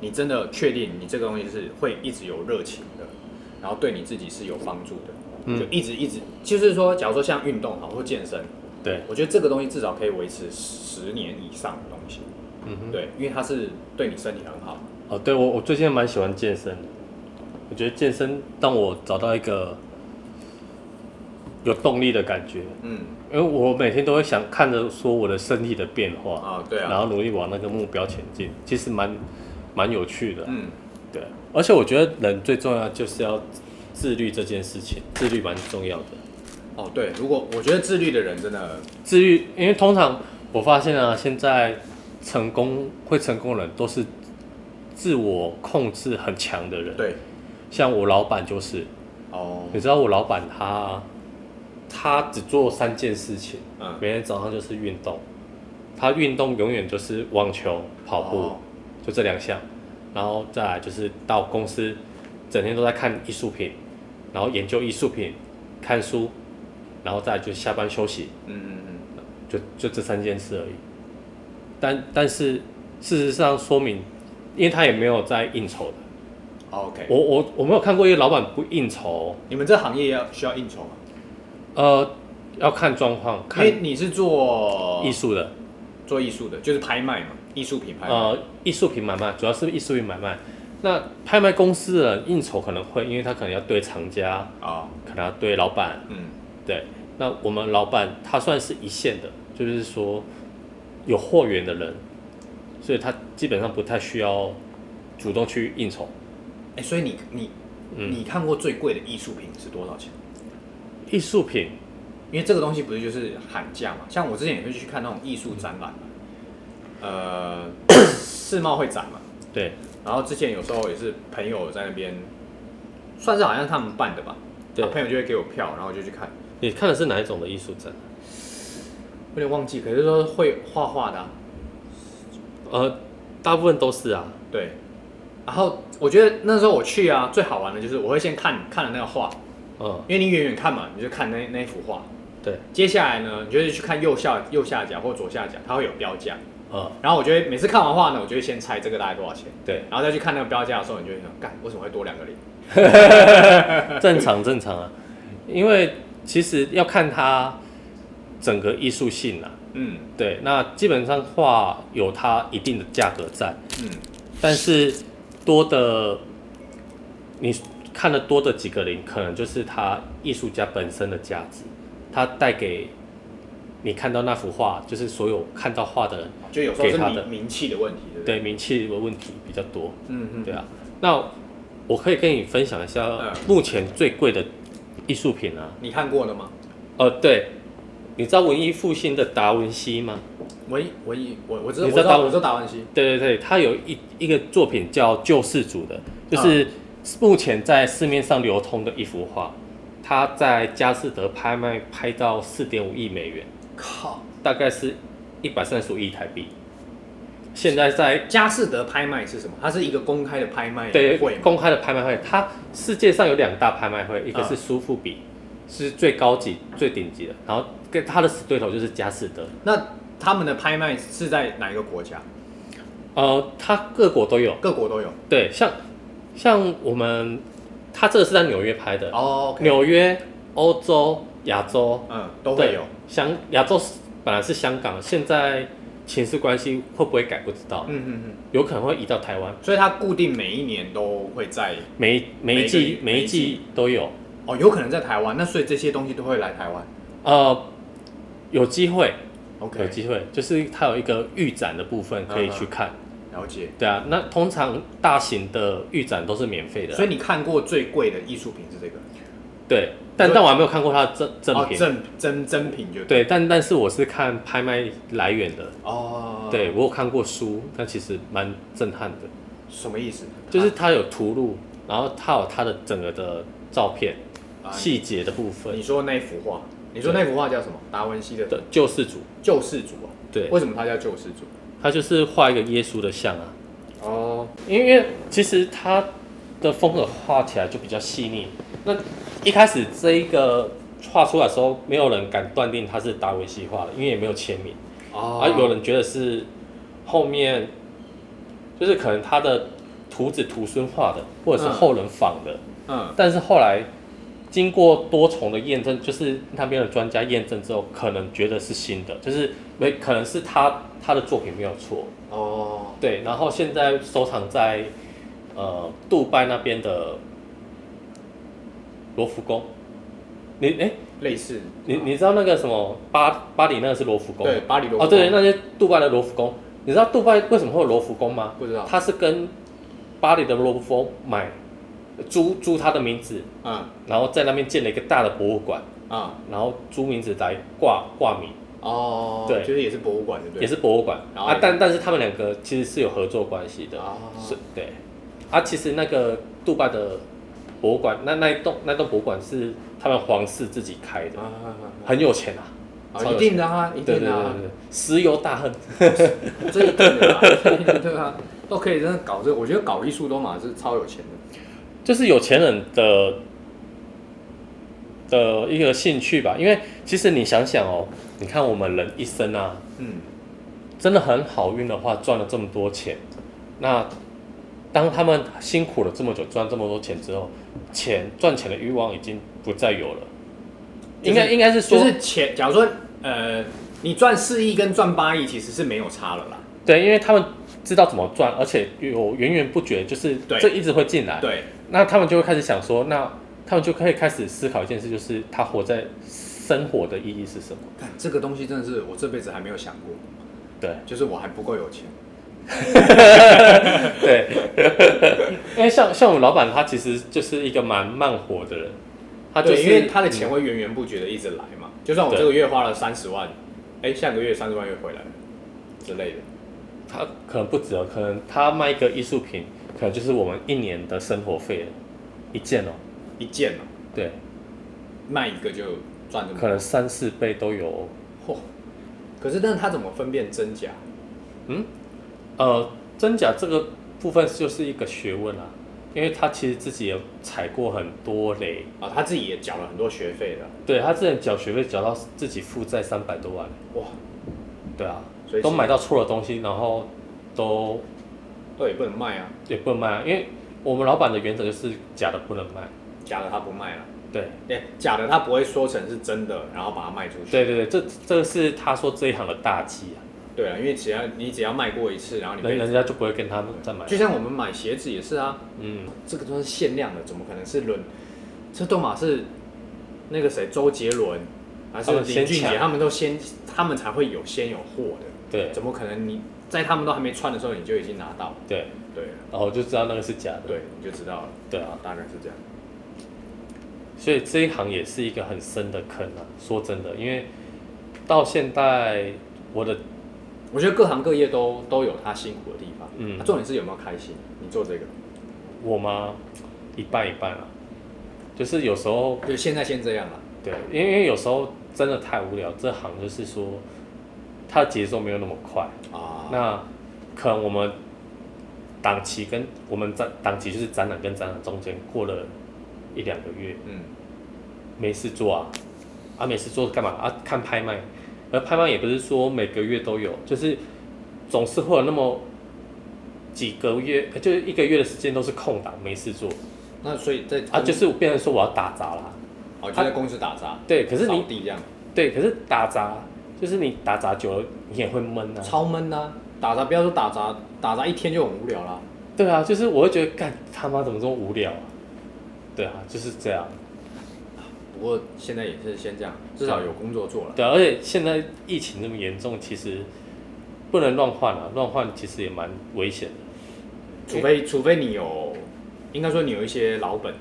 [SPEAKER 1] 你真的确定你这个东西是会一直有热情的，然后对你自己是有帮助的，
[SPEAKER 2] 嗯
[SPEAKER 1] 就一直一直，就是说，假如说像运动好或健身，
[SPEAKER 2] 对，
[SPEAKER 1] 我觉得这个东西至少可以维持十年以上的东西，
[SPEAKER 2] 嗯哼，
[SPEAKER 1] 对，因为它是对你身体很好。
[SPEAKER 2] 哦，对我我最近蛮喜欢健身的，我觉得健身让我找到一个有动力的感觉，
[SPEAKER 1] 嗯，
[SPEAKER 2] 因为我每天都会想看着说我的身体的变化
[SPEAKER 1] 啊对啊
[SPEAKER 2] 然后努力往那个目标前进，其实蛮蛮有趣的，
[SPEAKER 1] 嗯，
[SPEAKER 2] 对，而且我觉得人最重要就是要自律这件事情，自律蛮重要的。
[SPEAKER 1] 哦对，如果我觉得自律的人真的，
[SPEAKER 2] 自律，因为通常我发现啊，现在成功会成功的人都是自我控制很强的人。，
[SPEAKER 1] 对，
[SPEAKER 2] 像我老板就是，
[SPEAKER 1] 哦，
[SPEAKER 2] 你知道我老板他他只做三件事情，
[SPEAKER 1] 嗯
[SPEAKER 2] 每天早上就是运动，他运动永远就是网球、跑步，
[SPEAKER 1] 哦
[SPEAKER 2] 就这两项，然后再来就是到公司，整天都在看艺术品，然后研究艺术品，看书，然后再来就下班休息，
[SPEAKER 1] 嗯嗯嗯，
[SPEAKER 2] 就就这三件事而已。但但是事实上说明，因为他也没有在应酬的，
[SPEAKER 1] 哦，OK，
[SPEAKER 2] 我我我没有看过一个老板不应酬哦、
[SPEAKER 1] 你们这行业要需要应酬吗？
[SPEAKER 2] 呃，要看状况，
[SPEAKER 1] 因
[SPEAKER 2] 看
[SPEAKER 1] 为你是做
[SPEAKER 2] 艺，术的，
[SPEAKER 1] 做艺术的，就是拍卖嘛，艺术品哦拍卖。
[SPEAKER 2] 呃，艺术品买卖，主要是艺术品买卖。那拍卖公司的人应酬可能会，因为他可能要对厂家，
[SPEAKER 1] 啊，
[SPEAKER 2] 可能要对老板，
[SPEAKER 1] 嗯，
[SPEAKER 2] 对。那我们老板他算是一线的，就是说有货源的人，所以他基本上不太需要主动去应酬。
[SPEAKER 1] 哎，所以你你
[SPEAKER 2] 嗯，
[SPEAKER 1] 你看过最贵的艺术品是多少钱？
[SPEAKER 2] 艺术品，
[SPEAKER 1] 因为这个东西不是就是喊价嘛？像我之前也会去看那种艺术展览嘛，呃， 世贸会展嘛，
[SPEAKER 2] 对，
[SPEAKER 1] 然后之前有时候也是朋友在那边，算是好像他们办的吧，
[SPEAKER 2] 对
[SPEAKER 1] 啊朋友就会给我票，然后我就去看，
[SPEAKER 2] 你看的是哪一种的艺术展？
[SPEAKER 1] 有点忘记，可是说会画画的啊、
[SPEAKER 2] 呃，大部分都是啊，
[SPEAKER 1] 对，然后我觉得那时候我去啊，最好玩的就是我会先看看了那个画，
[SPEAKER 2] 嗯，
[SPEAKER 1] 因为你远远看嘛，你就看那那幅画。
[SPEAKER 2] 对，
[SPEAKER 1] 接下来呢，你就是去看右下右下角或左下角，它会有标价。
[SPEAKER 2] 呃，
[SPEAKER 1] 然后我觉得每次看完画呢，我就会先猜这个大概多少钱，
[SPEAKER 2] 对，
[SPEAKER 1] 然后再去看那个标价的时候，你就会想，干为什么会多两个零？
[SPEAKER 2] 正常正常啊，因为其实要看它整个艺术性啊。
[SPEAKER 1] 嗯
[SPEAKER 2] 对，那基本上画有它一定的价格在，
[SPEAKER 1] 嗯，
[SPEAKER 2] 但是多的你看的多的几个零，可能就是它艺术家本身的价值，它带给你看到那幅画，就是所有看到画的人
[SPEAKER 1] 就有时候
[SPEAKER 2] 给
[SPEAKER 1] 是
[SPEAKER 2] 他
[SPEAKER 1] 名
[SPEAKER 2] 的
[SPEAKER 1] 名气的问题，对不对？
[SPEAKER 2] 对名气的问题比较多。
[SPEAKER 1] 嗯嗯，
[SPEAKER 2] 对啊，那我可以跟你分享一
[SPEAKER 1] 嗯
[SPEAKER 2] 下目前最贵的艺术品啊。
[SPEAKER 1] 你看过的吗？
[SPEAKER 2] 哦，对，你知道文艺复兴的达文西吗？
[SPEAKER 1] 文艺文艺，我我知道
[SPEAKER 2] 你
[SPEAKER 1] 我
[SPEAKER 2] 知道
[SPEAKER 1] 知
[SPEAKER 2] 达
[SPEAKER 1] 道
[SPEAKER 2] 文
[SPEAKER 1] 我知道达文西，
[SPEAKER 2] 对对对，他有一一个作品叫《救世主》的，就是目前在市面上流通的一幅画，他在佳士得拍卖拍到四点五亿美元，
[SPEAKER 1] 靠，
[SPEAKER 2] 大概是一百三十五亿台币。现在在
[SPEAKER 1] 佳士得拍卖是什么？它是一个公开的拍卖
[SPEAKER 2] 对
[SPEAKER 1] 会吗
[SPEAKER 2] 公开的拍卖会，它世界上有两大拍卖会，一个
[SPEAKER 1] 嗯
[SPEAKER 2] 是苏富比，是最高级、最顶级的，然后跟它的死对头就是佳士得。
[SPEAKER 1] 那他们的拍卖是在哪一个国家？
[SPEAKER 2] 呃，它各国都有，
[SPEAKER 1] 哦各国都有。
[SPEAKER 2] 对，像像我们，它这个是在纽约拍的，
[SPEAKER 1] 哦，OK，
[SPEAKER 2] 纽约、欧洲、亚洲
[SPEAKER 1] 嗯，都
[SPEAKER 2] 对
[SPEAKER 1] 会有。
[SPEAKER 2] 香亚洲是本来是香港，现在情势关系会不会改不知道，
[SPEAKER 1] 嗯嗯嗯。
[SPEAKER 2] 有可能会移到台湾，
[SPEAKER 1] 所以它固定每一年都会在，
[SPEAKER 2] 每每一季
[SPEAKER 1] 每一个
[SPEAKER 2] 每一季都有。
[SPEAKER 1] 哦，有可能在台湾。那所以这些东西都会来台湾。
[SPEAKER 2] 呃，有机会，有
[SPEAKER 1] OK，
[SPEAKER 2] 机会，就是它有一个预展的部分可以去看。
[SPEAKER 1] 了解。
[SPEAKER 2] 对啊，那通常大型的预展都是免费的啊，
[SPEAKER 1] 所以你看过最贵的艺术品是这个？
[SPEAKER 2] 对，但
[SPEAKER 1] 所以
[SPEAKER 2] 但我还没有看过它的正正
[SPEAKER 1] 哦，
[SPEAKER 2] 品。
[SPEAKER 1] 正真真品就。
[SPEAKER 2] 对，但但是我是看拍卖来源的，
[SPEAKER 1] 哦，啊
[SPEAKER 2] 对，我有看过书，但其实蛮震撼的，
[SPEAKER 1] 什么意思？啊
[SPEAKER 2] 就是它有图录，然后它有它的整个的照片、
[SPEAKER 1] 啊
[SPEAKER 2] 细节的部
[SPEAKER 1] 你
[SPEAKER 2] 分
[SPEAKER 1] 说那幅画，你说
[SPEAKER 2] 对
[SPEAKER 1] 那幅画叫什么？达文西的
[SPEAKER 2] 的救世主，
[SPEAKER 1] 救世主啊？
[SPEAKER 2] 对
[SPEAKER 1] 为，什么它叫救世主？
[SPEAKER 2] 它就是画一个耶稣的像啊，
[SPEAKER 1] 哦，
[SPEAKER 2] 因为其实它的风格画起来就比较细腻。那一开始这一个画出来的时候，没有人敢断定它是达文西画的，因为也没有签名。
[SPEAKER 1] 哦
[SPEAKER 2] 啊，有人觉得是后面就是可能他的徒子徒孙画的，或者是
[SPEAKER 1] 嗯
[SPEAKER 2] 后人仿的，
[SPEAKER 1] 嗯，
[SPEAKER 2] 但是后来经过多重的验证，就是那边的专家验证之后，可能觉得是新的，就是没可能是他他的作品没有错，
[SPEAKER 1] 哦，
[SPEAKER 2] 对，然后现在收藏在呃杜拜那边的罗浮宫，你哎、
[SPEAKER 1] 类似，
[SPEAKER 2] 你你知道那个什么巴巴黎那个是罗浮宫吗
[SPEAKER 1] 对，巴黎罗浮
[SPEAKER 2] 哦，对，那些杜拜的罗浮宫，你知道杜拜为什么会有罗浮宫吗？
[SPEAKER 1] 不知道
[SPEAKER 2] 它是跟巴黎的罗浮宫买租租它的名字，
[SPEAKER 1] 嗯
[SPEAKER 2] 然后在那边建了一个大的博物馆，
[SPEAKER 1] 啊
[SPEAKER 2] 然后租名字来挂挂名，
[SPEAKER 1] 哦，
[SPEAKER 2] 对
[SPEAKER 1] 就是也是博物馆，对不对？
[SPEAKER 2] 也是博物馆
[SPEAKER 1] 然后
[SPEAKER 2] 啊。但但是他们两个其实是有合作关系的，
[SPEAKER 1] 哦
[SPEAKER 2] 是对。啊，其实那个杜拜的博物馆，那那一栋那栋博物馆是他们皇室自己开的，
[SPEAKER 1] 啊啊啊啊
[SPEAKER 2] 很有钱啊，
[SPEAKER 1] 啊
[SPEAKER 2] 超有
[SPEAKER 1] 一
[SPEAKER 2] 钱
[SPEAKER 1] 定的啊，一
[SPEAKER 2] 对
[SPEAKER 1] 定
[SPEAKER 2] 对
[SPEAKER 1] 的
[SPEAKER 2] 对
[SPEAKER 1] 啊
[SPEAKER 2] 对，对，石油大亨，
[SPEAKER 1] 这一定的啊，这一定的啊， 都可以真的搞这个，我觉得搞艺术都嘛是超有钱的，
[SPEAKER 2] 就是有钱人的的一个兴趣吧。因为其实你想想哦，你看我们人一生啊，
[SPEAKER 1] 嗯，
[SPEAKER 2] 真的很好运的话，赚了这么多钱，那当他们辛苦了这么久，赚这么多钱之后，钱赚钱的欲望已经不再有了。
[SPEAKER 1] 就是
[SPEAKER 2] 应该应该是说，
[SPEAKER 1] 就是钱，假如说呃，你赚四亿跟赚八亿其实是没有差了啦，
[SPEAKER 2] 对，因为他们知道怎么赚，而且有源源不绝，就是
[SPEAKER 1] 对
[SPEAKER 2] 这一直会进来。
[SPEAKER 1] 对，
[SPEAKER 2] 那他们就会开始想说，那他们就可以开始思考一件事，就是他活在生活的意义是什么？
[SPEAKER 1] 看这个东西真的是我这辈子还没有想过，
[SPEAKER 2] 对
[SPEAKER 1] 就是我还不够有钱，
[SPEAKER 2] 对， 因为像像我们老板，他其实就是一个蛮慢活的人，他就是
[SPEAKER 1] 对，因为他的钱
[SPEAKER 2] 嗯
[SPEAKER 1] 会源源不绝的一直来嘛，就算我
[SPEAKER 2] 对
[SPEAKER 1] 这个月花了三十万，哎，下个月三十万又回来了之类的，
[SPEAKER 2] 他可能不止哦，可能他卖一个艺术品，可能就是我们一年的生活费了一件哦，
[SPEAKER 1] 一件嘛，
[SPEAKER 2] 对，
[SPEAKER 1] 卖一个就赚这么
[SPEAKER 2] 可
[SPEAKER 1] 多，
[SPEAKER 2] 能三四倍都有哦、
[SPEAKER 1] 嚯可是，但是他怎么分辨真假？
[SPEAKER 2] 呃，真假这个部分就是一个学问啊，因为他其实自己也踩过很多雷。
[SPEAKER 1] 啊，他自己也缴了很多学费了，
[SPEAKER 2] 对他之前缴学费缴到自己负债三百多万，
[SPEAKER 1] 哇，
[SPEAKER 2] 对啊
[SPEAKER 1] 所以，
[SPEAKER 2] 都
[SPEAKER 1] 是
[SPEAKER 2] 买到错的东西，然后都
[SPEAKER 1] 那也不能卖啊，
[SPEAKER 2] 也不能卖啊，因为我们老板的原则就是假的不能卖，
[SPEAKER 1] 假的他不卖了，
[SPEAKER 2] 对，
[SPEAKER 1] 对，假的他不会说成是真的，然后把它卖出去。
[SPEAKER 2] 对对对，这这是他说这一行的大忌啊，
[SPEAKER 1] 对啊，因为只要你只要卖过一次，然后你
[SPEAKER 2] 人
[SPEAKER 1] 被
[SPEAKER 2] 人家就不会跟他们再买，
[SPEAKER 1] 就像我们买鞋子也是啊，
[SPEAKER 2] 嗯，
[SPEAKER 1] 这个都是限量的，怎么可能是轮？这都嘛是那个谁周杰伦，还
[SPEAKER 2] 他
[SPEAKER 1] 是
[SPEAKER 2] 们先
[SPEAKER 1] 林俊杰
[SPEAKER 2] 抢
[SPEAKER 1] 他们都先，他们才会有先有货的，
[SPEAKER 2] 对
[SPEAKER 1] 怎么可能你在他们都还没穿的时候你就已经拿到了？
[SPEAKER 2] 对，
[SPEAKER 1] 对
[SPEAKER 2] 然后我就知道那个是假的。
[SPEAKER 1] 对，你就知道了，
[SPEAKER 2] 对啊，
[SPEAKER 1] 大概是这样。
[SPEAKER 2] 所以这一行也是一个很深的坑啊。说真的，因为到现在我的
[SPEAKER 1] 我觉得各行各业都都有他辛苦的地方，
[SPEAKER 2] 嗯
[SPEAKER 1] 啊重点是有没有开心。你做这个，
[SPEAKER 2] 我吗，一半一半啊，就是有时候
[SPEAKER 1] 就现在先这样了，
[SPEAKER 2] 对，因为因为有时候真的太无聊，这行就是说它的节奏没有那么快，
[SPEAKER 1] 啊，
[SPEAKER 2] 那可能我们档期跟我们展档期就是展览跟展览中间过了一两个月
[SPEAKER 1] 嗯，
[SPEAKER 2] 没事做啊，啊没事做干嘛啊？看拍卖，而拍卖也不是说每个月都有，就是总是会有那么几个月，呃就是一个月的时间都是空档没事做
[SPEAKER 1] 那所以在
[SPEAKER 2] 啊，就是变成说我要打杂啦，
[SPEAKER 1] 哦就在公司打杂，
[SPEAKER 2] 对，可是
[SPEAKER 1] 扫
[SPEAKER 2] 你
[SPEAKER 1] 地这样，
[SPEAKER 2] 对，可是打杂就是你打杂久了你也会闷啊，
[SPEAKER 1] 超闷呐、打杂不要说打杂，打杂一天就很无聊啦。
[SPEAKER 2] 对啊，就是我会觉得干他妈怎么这么无聊啊？对啊，就是这样。
[SPEAKER 1] 不过现在也是先这样，至少有工作做了。
[SPEAKER 2] 对啊、而且现在疫情这么严重，其实不能乱换啊，乱换其实也蛮危险的。
[SPEAKER 1] 除非除非你有，应该说你有一些老本，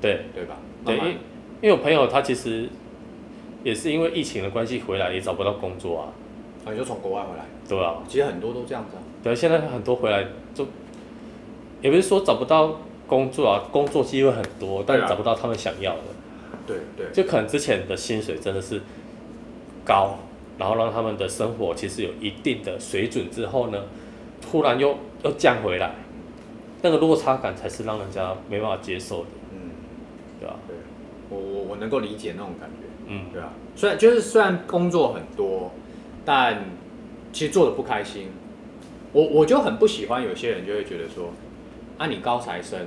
[SPEAKER 2] 对
[SPEAKER 1] 对吧？
[SPEAKER 2] 对，因
[SPEAKER 1] 慢慢
[SPEAKER 2] 因为我朋友他其实也是因为疫情的关系回来，也找不到工作啊。
[SPEAKER 1] 啊，你就从国外回来，
[SPEAKER 2] 对啊，
[SPEAKER 1] 其实很多都这样子啊。
[SPEAKER 2] 对啊，现在很多回来就也不是说找不到工作啊，工作机会很多，但
[SPEAKER 1] 对啊
[SPEAKER 2] 找不到他们想要的，
[SPEAKER 1] 对对，
[SPEAKER 2] 就可能之前的薪水真的是高，然后让他们的生活其实有一定的水准之后呢，突然又又降回来，那个落差感才是让人家没办法接受的，
[SPEAKER 1] 嗯，
[SPEAKER 2] 对吧、
[SPEAKER 1] 对，我我我能够理解那种感觉。
[SPEAKER 2] 嗯，
[SPEAKER 1] 对啊，虽然就是虽然工作很多，但其实做的不开心。我我就很不喜欢有些人就会觉得说，啊你高材生，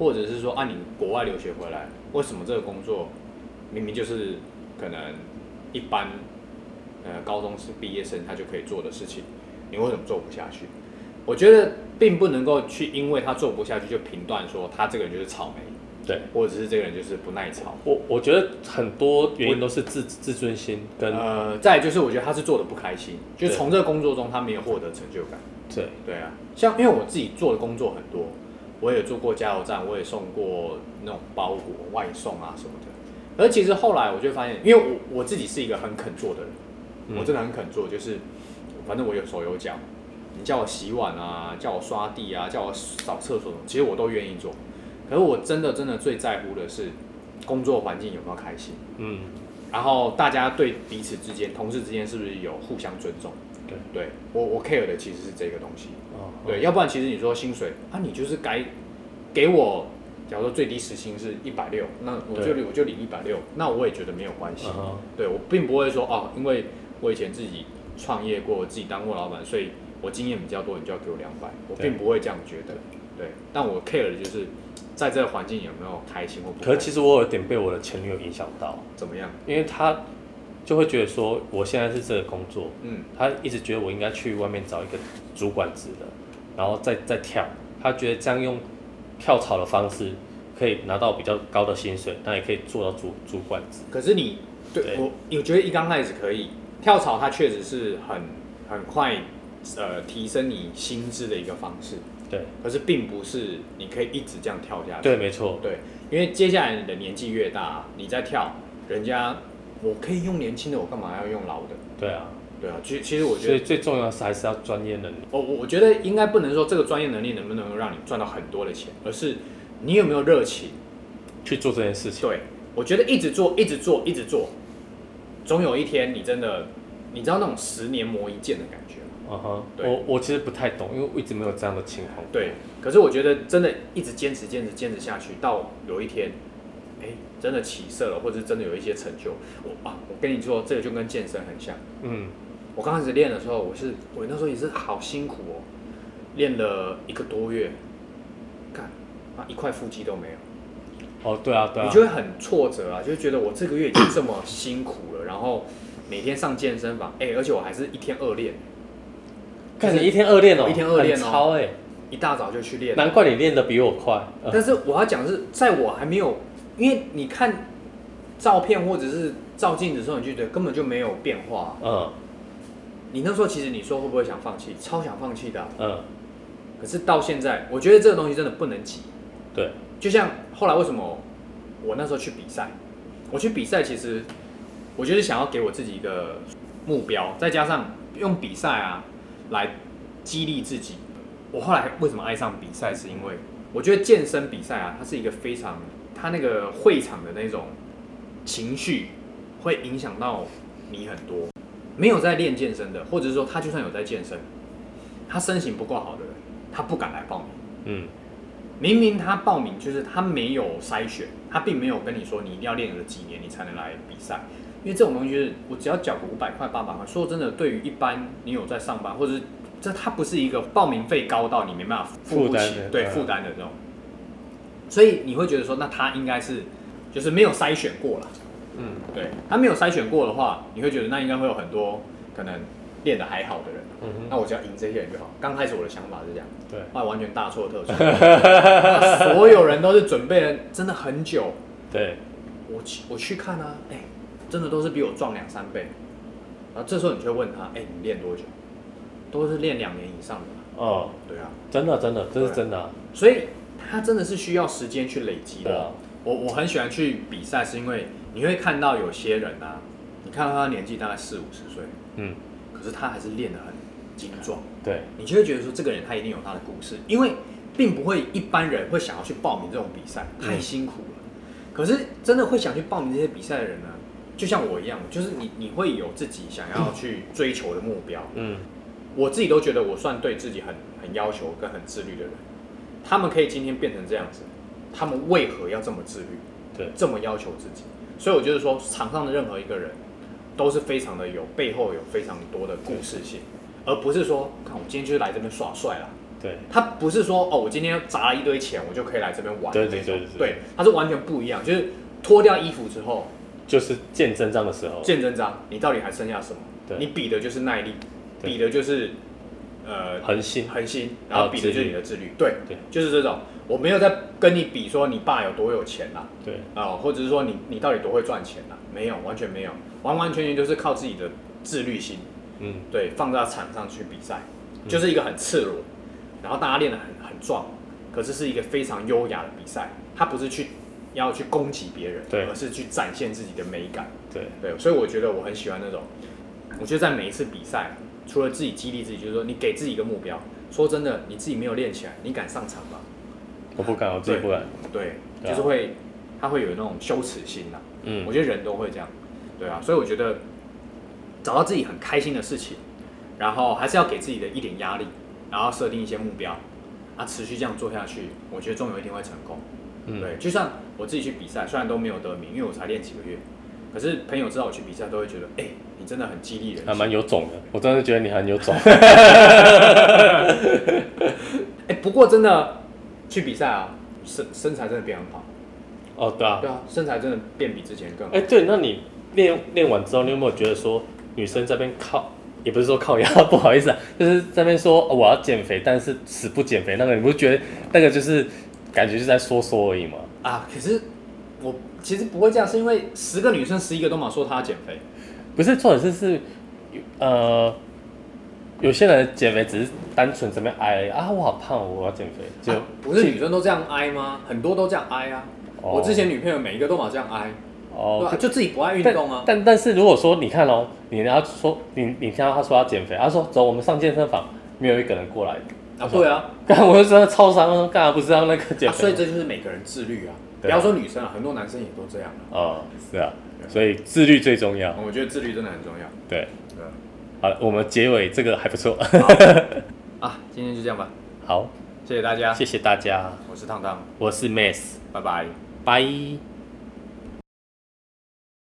[SPEAKER 1] 或者是说啊你国外留学回来，为什么这个工作明明就是可能一般呃高中是毕业生他就可以做的事情，你为什么做不下去？我觉得并不能够去因为他做不下去就评断说他这个人就是草莓，
[SPEAKER 2] 对。
[SPEAKER 1] 或者是这个人就是不耐操。
[SPEAKER 2] 我我觉得很多原因都是自自尊心跟、
[SPEAKER 1] 呃，再来就是我觉得他是做的不开心，就
[SPEAKER 2] 对
[SPEAKER 1] 从这个工作中他没有获得成就感。
[SPEAKER 2] 对
[SPEAKER 1] 对啊，像因为我自己做的工作很多，我也做过加油站，我也送过那种包裹外送啊什么的。而其实后来我就发现，因为我我自己是一个很肯做的人，
[SPEAKER 2] 嗯
[SPEAKER 1] 我真的很肯做，就是反正我有手有脚，你叫我洗碗啊，叫我刷地啊，叫我扫厕所，其实我都愿意做。可是我真的真的最在乎的是工作环境有没有开心。
[SPEAKER 2] 嗯
[SPEAKER 1] 然后大家对彼此之间、同事之间是不是有互相尊重？
[SPEAKER 2] 对
[SPEAKER 1] 对我我 care 的其实是这个东西，
[SPEAKER 2] 哦
[SPEAKER 1] 对，要不然其实你说薪水啊，你就是该给我，假如说最低时薪是一百六，那我就
[SPEAKER 2] 对
[SPEAKER 1] 我就领一百六，那我也觉得没有关系。
[SPEAKER 2] 嗯哼
[SPEAKER 1] 对我并不会说哦，因为我以前自己创业过，我自己当过老板，所以我经验比较多，你就要给我两百，我
[SPEAKER 2] 对
[SPEAKER 1] 并不会这样觉得。对，但我 care 的就是在这个环境有没有开心或不开心。
[SPEAKER 2] 可是其实我有点被我的前女友影响到，
[SPEAKER 1] 怎么样？
[SPEAKER 2] 因为她就会觉得说，我现在是这个工作，
[SPEAKER 1] 嗯，
[SPEAKER 2] 她一直觉得我应该去外面找一个主管职的，然后再再跳。她觉得这样用跳槽的方式可以拿到比较高的薪水，那也可以做到主主管职。
[SPEAKER 1] 可是你对
[SPEAKER 2] 对
[SPEAKER 1] 我，我觉得一刚开始可以跳槽，它确实是很很快呃提升你薪资的一个方式，
[SPEAKER 2] 对
[SPEAKER 1] 可是并不是你可以一直这样跳下去。
[SPEAKER 2] 对，没错，
[SPEAKER 1] 对，因为接下来你的年纪越大，你再跳，人家我可以用年轻的，我干嘛要用老的？
[SPEAKER 2] 对啊。
[SPEAKER 1] 对啊，其其实我觉
[SPEAKER 2] 所以
[SPEAKER 1] 得，
[SPEAKER 2] 最重要的是还是要专业能力。
[SPEAKER 1] 我我我觉得应该不能说这个专业能力能不能够让你赚到很多的钱，而是你有没有热情。
[SPEAKER 2] 去做这件事情，
[SPEAKER 1] 对，我觉得一直做，一直做，一直做，总有一天你真的，你知道那种十年磨一剑的感觉吗？
[SPEAKER 2] 嗯哼，
[SPEAKER 1] 对
[SPEAKER 2] 我我其实不太懂，因为我一直没有这样的情况。
[SPEAKER 1] 对，可是我觉得真的一直坚持、坚持、坚持下去，到有一天，哎，真的起色了，或者是真的有一些成就，我啊，我跟你说，这个就跟健身很像。
[SPEAKER 2] 嗯，
[SPEAKER 1] 我刚开始练的时候，我是我那时候也是好辛苦哦，练了一个多月，干啊一块腹肌都没有。
[SPEAKER 2] 哦，对啊，对啊，
[SPEAKER 1] 你就会很挫折啊，就会觉得我这个月已经这么辛苦了，然后每天上健身房，哎、而且我还是一天二练，
[SPEAKER 2] 看你一天二练哦，
[SPEAKER 1] 一天二练哦
[SPEAKER 2] 很超哎、
[SPEAKER 1] 一大早就去练。
[SPEAKER 2] 难怪你练得比我快。呃
[SPEAKER 1] 但是我要讲的是，在我还没有，因为你看照片或者是照镜子的时候，你就觉得根本就没有变化啊、
[SPEAKER 2] 嗯
[SPEAKER 1] 你那时候其实你说会不会想放弃？超想放弃的啊、
[SPEAKER 2] 嗯，
[SPEAKER 1] 可是到现在，我觉得这个东西真的不能急。
[SPEAKER 2] 对，
[SPEAKER 1] 就像后来为什么我那时候去比赛，我去比赛其实我就是想要给我自己一个目标，再加上用比赛啊来激励自己。我后来为什么爱上比赛，是因为我觉得健身比赛啊，它是一个非常它那个会场的那种情绪会影响到你很多。没有在练健身的，或者是说他就算有在健身，他身形不够好的人，他不敢来报名。
[SPEAKER 2] 嗯
[SPEAKER 1] 明明他报名就是他没有筛选，他并没有跟你说你一定要练了几年你才能来比赛，因为这种东西就是我只要缴个五百块八百块，说真的，对于一般你有在上班或者是这它不是一个报名费高到你没办法付不
[SPEAKER 2] 负担
[SPEAKER 1] 起
[SPEAKER 2] 的
[SPEAKER 1] 对
[SPEAKER 2] 对啊
[SPEAKER 1] 负担的这种，所以你会觉得说那他应该是就是没有筛选过了，
[SPEAKER 2] 嗯，
[SPEAKER 1] 对他没有筛选过的话，你会觉得那应该会有很多可能练得还好的人，
[SPEAKER 2] 嗯
[SPEAKER 1] 那我只要赢这些人就好。刚开始我的想法是这样。
[SPEAKER 2] 对，
[SPEAKER 1] 后来完全大错特错，所有人都是准备了真的很久。
[SPEAKER 2] 对，
[SPEAKER 1] 我去我去看啊，哎、真的都是比我壮两三倍。然后这时候你就会问他，哎、你练多久？都是练两年以上的嘛。
[SPEAKER 2] 哦，
[SPEAKER 1] 对啊，
[SPEAKER 2] 真的真的，这是真的啊，
[SPEAKER 1] 所以他真的是需要时间去累积
[SPEAKER 2] 对啊
[SPEAKER 1] 的。我我很喜欢去比赛，是因为你会看到有些人啊，你看到他年纪大概四五十岁，
[SPEAKER 2] 嗯，
[SPEAKER 1] 可是他还是练得很精壮。
[SPEAKER 2] 对，
[SPEAKER 1] 你就会觉得说这个人他一定有他的故事，因为并不会一般人会想要去报名这种比赛，
[SPEAKER 2] 嗯
[SPEAKER 1] 太辛苦了。可是真的会想去报名这些比赛的人呢，就像我一样，就是你你会有自己想要去追求的目标。
[SPEAKER 2] 嗯
[SPEAKER 1] 我自己都觉得我算对自己很很要求跟很自律的人，他们可以今天变成这样子，他们为何要这么自律？
[SPEAKER 2] 对，
[SPEAKER 1] 这么要求自己？所以我就是说，场上的任何一个人都是非常的有背后有非常多的故事性，而不是说，看我今天就是来这边耍帅啦。
[SPEAKER 2] 对，
[SPEAKER 1] 他不是说哦，我今天砸了一堆钱，我就可以来这边玩。
[SPEAKER 2] 对对对对对
[SPEAKER 1] 对，他是完全不一样，就是脱掉衣服之后，
[SPEAKER 2] 就是见真章的时候，
[SPEAKER 1] 见真章，你到底还剩下什么？
[SPEAKER 2] 哦对
[SPEAKER 1] 你比的就是耐力，
[SPEAKER 2] 对
[SPEAKER 1] 比的就是呃
[SPEAKER 2] 恒心，
[SPEAKER 1] 恒心，然
[SPEAKER 2] 然后
[SPEAKER 1] 后比的就是你的自律，对，
[SPEAKER 2] 对
[SPEAKER 1] 就是这种。我没有在跟你比说你爸有多有钱啦、
[SPEAKER 2] 对，
[SPEAKER 1] 啊，或者是说你你到底多会赚钱啦、没有，完全没有，完完全全就是靠自己的自律心，
[SPEAKER 2] 嗯
[SPEAKER 1] 对，放到场上去比赛，就是一个很赤裸，然后大家练得很很壮，可是是一个非常优雅的比赛，他不是去要去攻击别人，
[SPEAKER 2] 对
[SPEAKER 1] 而是去展现自己的美感，
[SPEAKER 2] 对，
[SPEAKER 1] 对，所以我觉得我很喜欢那种，我觉得在每一次比赛，除了自己激励自己，就是说你给自己一个目标。说真的，你自己没有练起来，你敢上场吗？
[SPEAKER 2] 我不敢，我自己不敢，
[SPEAKER 1] 对，
[SPEAKER 2] 对啊
[SPEAKER 1] 就是会，他会有那种羞耻心呐、
[SPEAKER 2] 嗯
[SPEAKER 1] 我，觉得人都会这样，对啊，所以我觉得找到自己很开心的事情，然后还是要给自己的一点压力，然后设定一些目标，啊，持续这样做下去，我觉得终有一天会成功。
[SPEAKER 2] 嗯
[SPEAKER 1] 对，就像我自己去比赛，虽然都没有得名，因为我才练几个月，可是朋友知道我去比赛，都会觉得，哎、你真的很激励人心。
[SPEAKER 2] 还蛮有种的，我真的觉得你 很有种，
[SPEAKER 1] 哎、不过真的去比赛啊，身身材真的变很好，
[SPEAKER 2] 哦，对啊
[SPEAKER 1] 对，啊，身材真的变比之前更好。
[SPEAKER 2] 哎，对，那你练练完之后，你有没有觉得说女生这边靠？也不是说靠压， 不好意思啊，就是在那边说、哦我要减肥，但是死不减肥，那个你不觉得那个就是感觉就是在说说而已吗？
[SPEAKER 1] 啊，可是我其实不会这样，是因为十个女生十一个都嘛说她要减肥，
[SPEAKER 2] 不是，重点是是，呃，有些人减肥只是单纯这边挨而已啊，我好胖，我要减肥，就、
[SPEAKER 1] 啊不是女生都这样挨吗？很多都这样挨啊。
[SPEAKER 2] 哦
[SPEAKER 1] 我之前女朋友每一个都嘛这样挨，对
[SPEAKER 2] 哦
[SPEAKER 1] 吧、。就自己不爱运
[SPEAKER 2] 但
[SPEAKER 1] 动啊。
[SPEAKER 2] 但但是如果说你看哦，你人家说你你听到他说要减肥，他说走我们上健身房，没有一个人过来，
[SPEAKER 1] 啊，对啊，
[SPEAKER 2] 干我就真的超伤，我说干嘛不是让那个减肥、
[SPEAKER 1] 啊所以这就是每个人自律啊。不
[SPEAKER 2] 对啊
[SPEAKER 1] 要说女生啊，很多男生也都这样啊。
[SPEAKER 2] 哦是啊，所以自律最重要。
[SPEAKER 1] 我觉得自律真的很重要。
[SPEAKER 2] 对，
[SPEAKER 1] 对啊
[SPEAKER 2] 好了，我们结尾这个还不错，
[SPEAKER 1] 啊，今天就这样吧，
[SPEAKER 2] 好，
[SPEAKER 1] 谢谢大家，
[SPEAKER 2] 谢谢大家，
[SPEAKER 1] 我是烫烫，
[SPEAKER 2] 我是 Max，
[SPEAKER 1] 拜拜。
[SPEAKER 2] 拜。